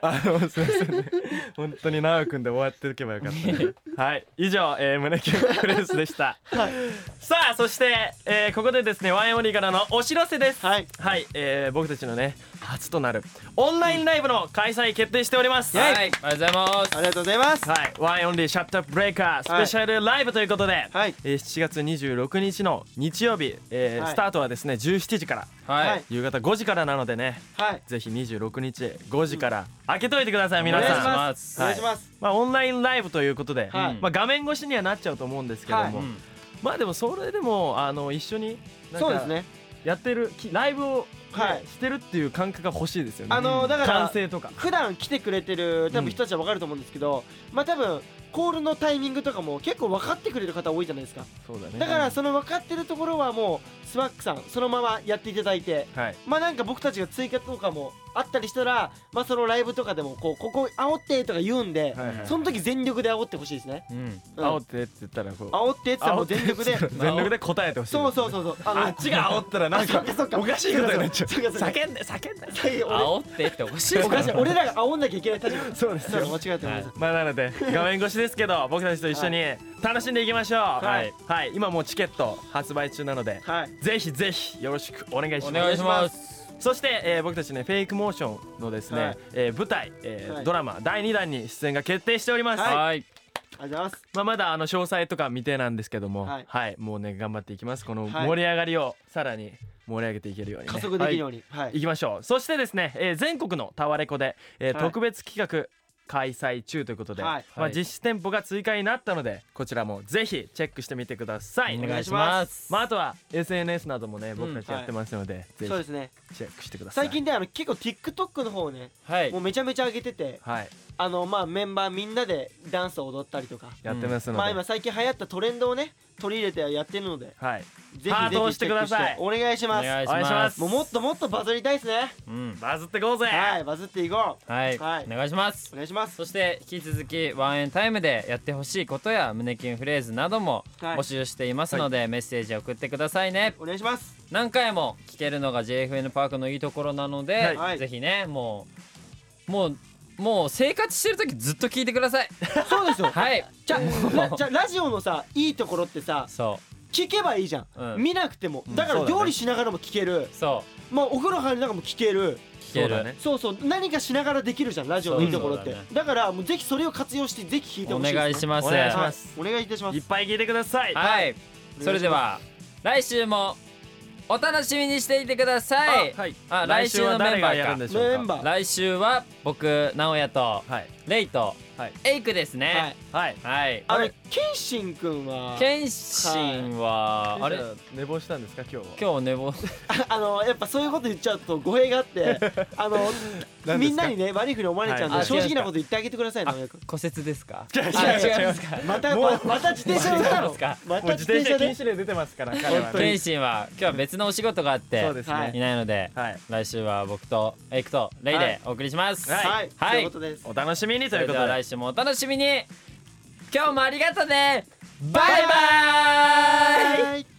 Speaker 4: あのすいませんね本当に長くんで終わっておけばよか ったはい以上、えー、胸キュンプレースでした、
Speaker 2: はい
Speaker 4: さあそして、えーここでですねワインオリーからのお知らせです
Speaker 2: はい
Speaker 4: はい、えー僕たちのね初となるオンラインライブの開催決定しております、
Speaker 5: はいありがとうございます
Speaker 2: ありがとうございます
Speaker 4: はい、ワインオンリーシャットアップブレイカースペシャルライブということで、
Speaker 2: はい
Speaker 4: えー7月26日の日曜日、えー
Speaker 2: はい
Speaker 4: スタートはですね17時から
Speaker 5: は
Speaker 2: はいい
Speaker 4: 夕方5時からなのでね
Speaker 2: はい
Speaker 4: ぜひ26日5時から開けといてください、
Speaker 5: お
Speaker 4: 皆
Speaker 5: 願いし
Speaker 4: さん
Speaker 5: ます
Speaker 2: お願いします
Speaker 4: まあ、オンラインライブということで、
Speaker 2: はい
Speaker 4: まあ、画面越しにはなっちゃうと思うんですけども、
Speaker 2: はい
Speaker 5: うん
Speaker 4: まあでもそれでもあの一緒になんか
Speaker 2: そうですね
Speaker 4: やってるきライブをね、
Speaker 2: はい
Speaker 4: してるっていう感覚が欲しいですよね
Speaker 2: あのだから
Speaker 4: 完成とか
Speaker 2: 普段来てくれてる多分人たちは分かると思うんですけど、まあ多分コールのタイミングとかも結構分かってくれる方多いじゃないですか
Speaker 4: そうだね
Speaker 2: だからその分かってるところはもうスワックさんそのままやっていただいて
Speaker 4: はい
Speaker 2: まあなんか僕たちが追加とかもあったりしたらまあそのライブとかでもこうここ煽ってとか言うんで、
Speaker 4: はいはい
Speaker 2: その時全力で煽ってほしいですね、
Speaker 5: うん
Speaker 2: うん
Speaker 4: 煽ってって言ったらこう
Speaker 2: 煽ってって言ったらもう全力で
Speaker 4: 煽って全力で答えてほしい
Speaker 2: そうそうそうそうあの
Speaker 4: あっちが煽ったらな ん
Speaker 2: あそ
Speaker 4: か
Speaker 2: っかそっか
Speaker 4: おかしいことになっちゃう
Speaker 2: そうかそうか
Speaker 4: 叫んで叫んで
Speaker 2: 最後俺
Speaker 5: 煽ってっておかしい
Speaker 2: おかしい俺らが煽んなきゃいけない立場
Speaker 4: そうです
Speaker 2: そう
Speaker 4: よ
Speaker 2: 間違えてごめんなさい
Speaker 4: まあなので画面越しですけど僕たちと一緒に楽しんでいきましょうはいい、はい、今もうチケット発売中なので
Speaker 2: はい
Speaker 4: ぜひぜひよろしくお願いします
Speaker 5: お願いします
Speaker 4: そして、えー僕たちねフェイクモーションのですね、
Speaker 2: はい
Speaker 4: えー舞台、えー
Speaker 2: はい
Speaker 4: ドラマ第2弾に出演が決定しております、
Speaker 5: はい
Speaker 2: ありがとうございます
Speaker 4: まあ、まだあの詳細とか未定なんですけども、は
Speaker 2: はいい
Speaker 4: もうね頑張っていきますこの
Speaker 2: はい
Speaker 4: 盛り上がりをさらに盛り上げていけるように、ね、
Speaker 2: 加速できるように、はい
Speaker 4: はいいきましょうそしてですね、えー全国のタワレコで、えー
Speaker 2: はい
Speaker 4: 特別企画開催中ということで、
Speaker 2: はい
Speaker 4: まあ、
Speaker 5: はい
Speaker 4: 実施店舗が追加になったのでこちらもぜひチェックしてみてください
Speaker 5: お
Speaker 4: お
Speaker 5: 願
Speaker 4: 願
Speaker 5: い
Speaker 4: い
Speaker 5: し
Speaker 4: し
Speaker 5: ま
Speaker 4: ますすまああとは SNS などもね僕たち
Speaker 2: うん
Speaker 4: やってますので、
Speaker 2: そう
Speaker 4: ぜ
Speaker 2: ですね
Speaker 4: ひチェックしてください
Speaker 2: 最近であの結構 TikTok の方をね
Speaker 5: はい
Speaker 2: もうめちゃめちゃ上げてて
Speaker 4: はい
Speaker 2: あのまあメンバーみんなでダンスを踊ったりとか
Speaker 4: やってますので、
Speaker 2: まあ今最近流行ったトレンドをね取り入れてやってるので
Speaker 4: はい
Speaker 2: ぜひぜ
Speaker 4: ハー
Speaker 2: ひチ
Speaker 4: ト
Speaker 2: ェッ
Speaker 4: 押
Speaker 2: ク
Speaker 4: し
Speaker 2: してて
Speaker 4: ください
Speaker 2: お願いし
Speaker 5: お
Speaker 2: ます
Speaker 5: 願いし
Speaker 4: お願いし
Speaker 5: ま
Speaker 4: ます
Speaker 2: もうもっともっとバズりたいですね
Speaker 5: うん
Speaker 4: バズってこうぜ
Speaker 2: はいバズっていこう
Speaker 5: はい
Speaker 2: はい
Speaker 5: お願いします
Speaker 2: お願いします
Speaker 5: そして引き続きワンエンタイムでやってほしいことや胸キュンフレーズなども
Speaker 2: はい
Speaker 5: 募集していますのでメッセージを送ってくださいね
Speaker 2: お願いします
Speaker 5: 何回も聞けるのが JFN パークのいいところなので
Speaker 2: はい
Speaker 5: ぜひねもうもうもう生活してる時ずっと聞いてください
Speaker 2: そうです よ
Speaker 5: はい
Speaker 2: じゃラじゃラジオのさいいところってさ
Speaker 5: そ
Speaker 2: 聞けばいいじゃん、
Speaker 5: うん
Speaker 2: 見なくてもだか
Speaker 4: そ
Speaker 2: ら
Speaker 4: うだね
Speaker 2: 料理しながらも聞ける、
Speaker 5: うそ
Speaker 2: まあお風呂入りながらも聞ける
Speaker 5: う聞け
Speaker 4: そうだ
Speaker 5: る
Speaker 4: ね
Speaker 2: そうそう何かしながらできるじゃんラジオのいいところって
Speaker 5: そう
Speaker 2: だ,、
Speaker 5: そう
Speaker 2: からもうぜひそれを活用してぜひ聞いて
Speaker 5: お
Speaker 2: ほしいです、ね、
Speaker 5: 願いします
Speaker 4: お願いします
Speaker 2: お願いいたします
Speaker 4: いっぱい聞いてください
Speaker 5: はいそれでは来週もお楽しみにしていてください
Speaker 4: あはい
Speaker 5: あ来週のメンバーか
Speaker 4: 来週は誰がやるんでしょう
Speaker 2: メ
Speaker 4: か
Speaker 2: ンバー
Speaker 5: 来週は僕直哉と
Speaker 4: はい
Speaker 3: レイと
Speaker 4: はい
Speaker 3: エイクですね
Speaker 4: はい
Speaker 3: はい
Speaker 2: あの謙信くんは
Speaker 3: 謙信はあ
Speaker 4: あれ
Speaker 3: れ
Speaker 4: 寝坊したんですか今日は
Speaker 3: 今日寝坊
Speaker 2: ああのやっぱそういうこと言っちゃうと語弊があってあのみんなにね悪いふうに思われちゃうんで、
Speaker 3: はい
Speaker 2: 正直なこと言ってあげてくださいね早く
Speaker 3: 骨折ですか
Speaker 4: 違う違う
Speaker 3: あ違いますか
Speaker 2: またままた自転車乗ったの
Speaker 3: か
Speaker 2: ま
Speaker 4: もう
Speaker 2: た
Speaker 4: 自
Speaker 2: 自転
Speaker 4: 転車
Speaker 2: 車
Speaker 4: 禁
Speaker 2: で
Speaker 4: 止令出てますから彼はね
Speaker 3: 謙信は今日は別のお仕事があって
Speaker 4: そうですね
Speaker 3: いないので
Speaker 4: はい
Speaker 3: 来週は僕とエイクとレイ
Speaker 4: は
Speaker 3: で
Speaker 4: い
Speaker 3: お送りします
Speaker 2: はい、
Speaker 3: は
Speaker 2: という
Speaker 3: い
Speaker 2: ことです
Speaker 4: お楽しみにと
Speaker 3: そ
Speaker 4: いう
Speaker 3: れ
Speaker 4: こ
Speaker 3: で
Speaker 4: と
Speaker 3: は来
Speaker 4: で
Speaker 3: 週もお楽しみに今日もありがとねバイバイ
Speaker 2: バイ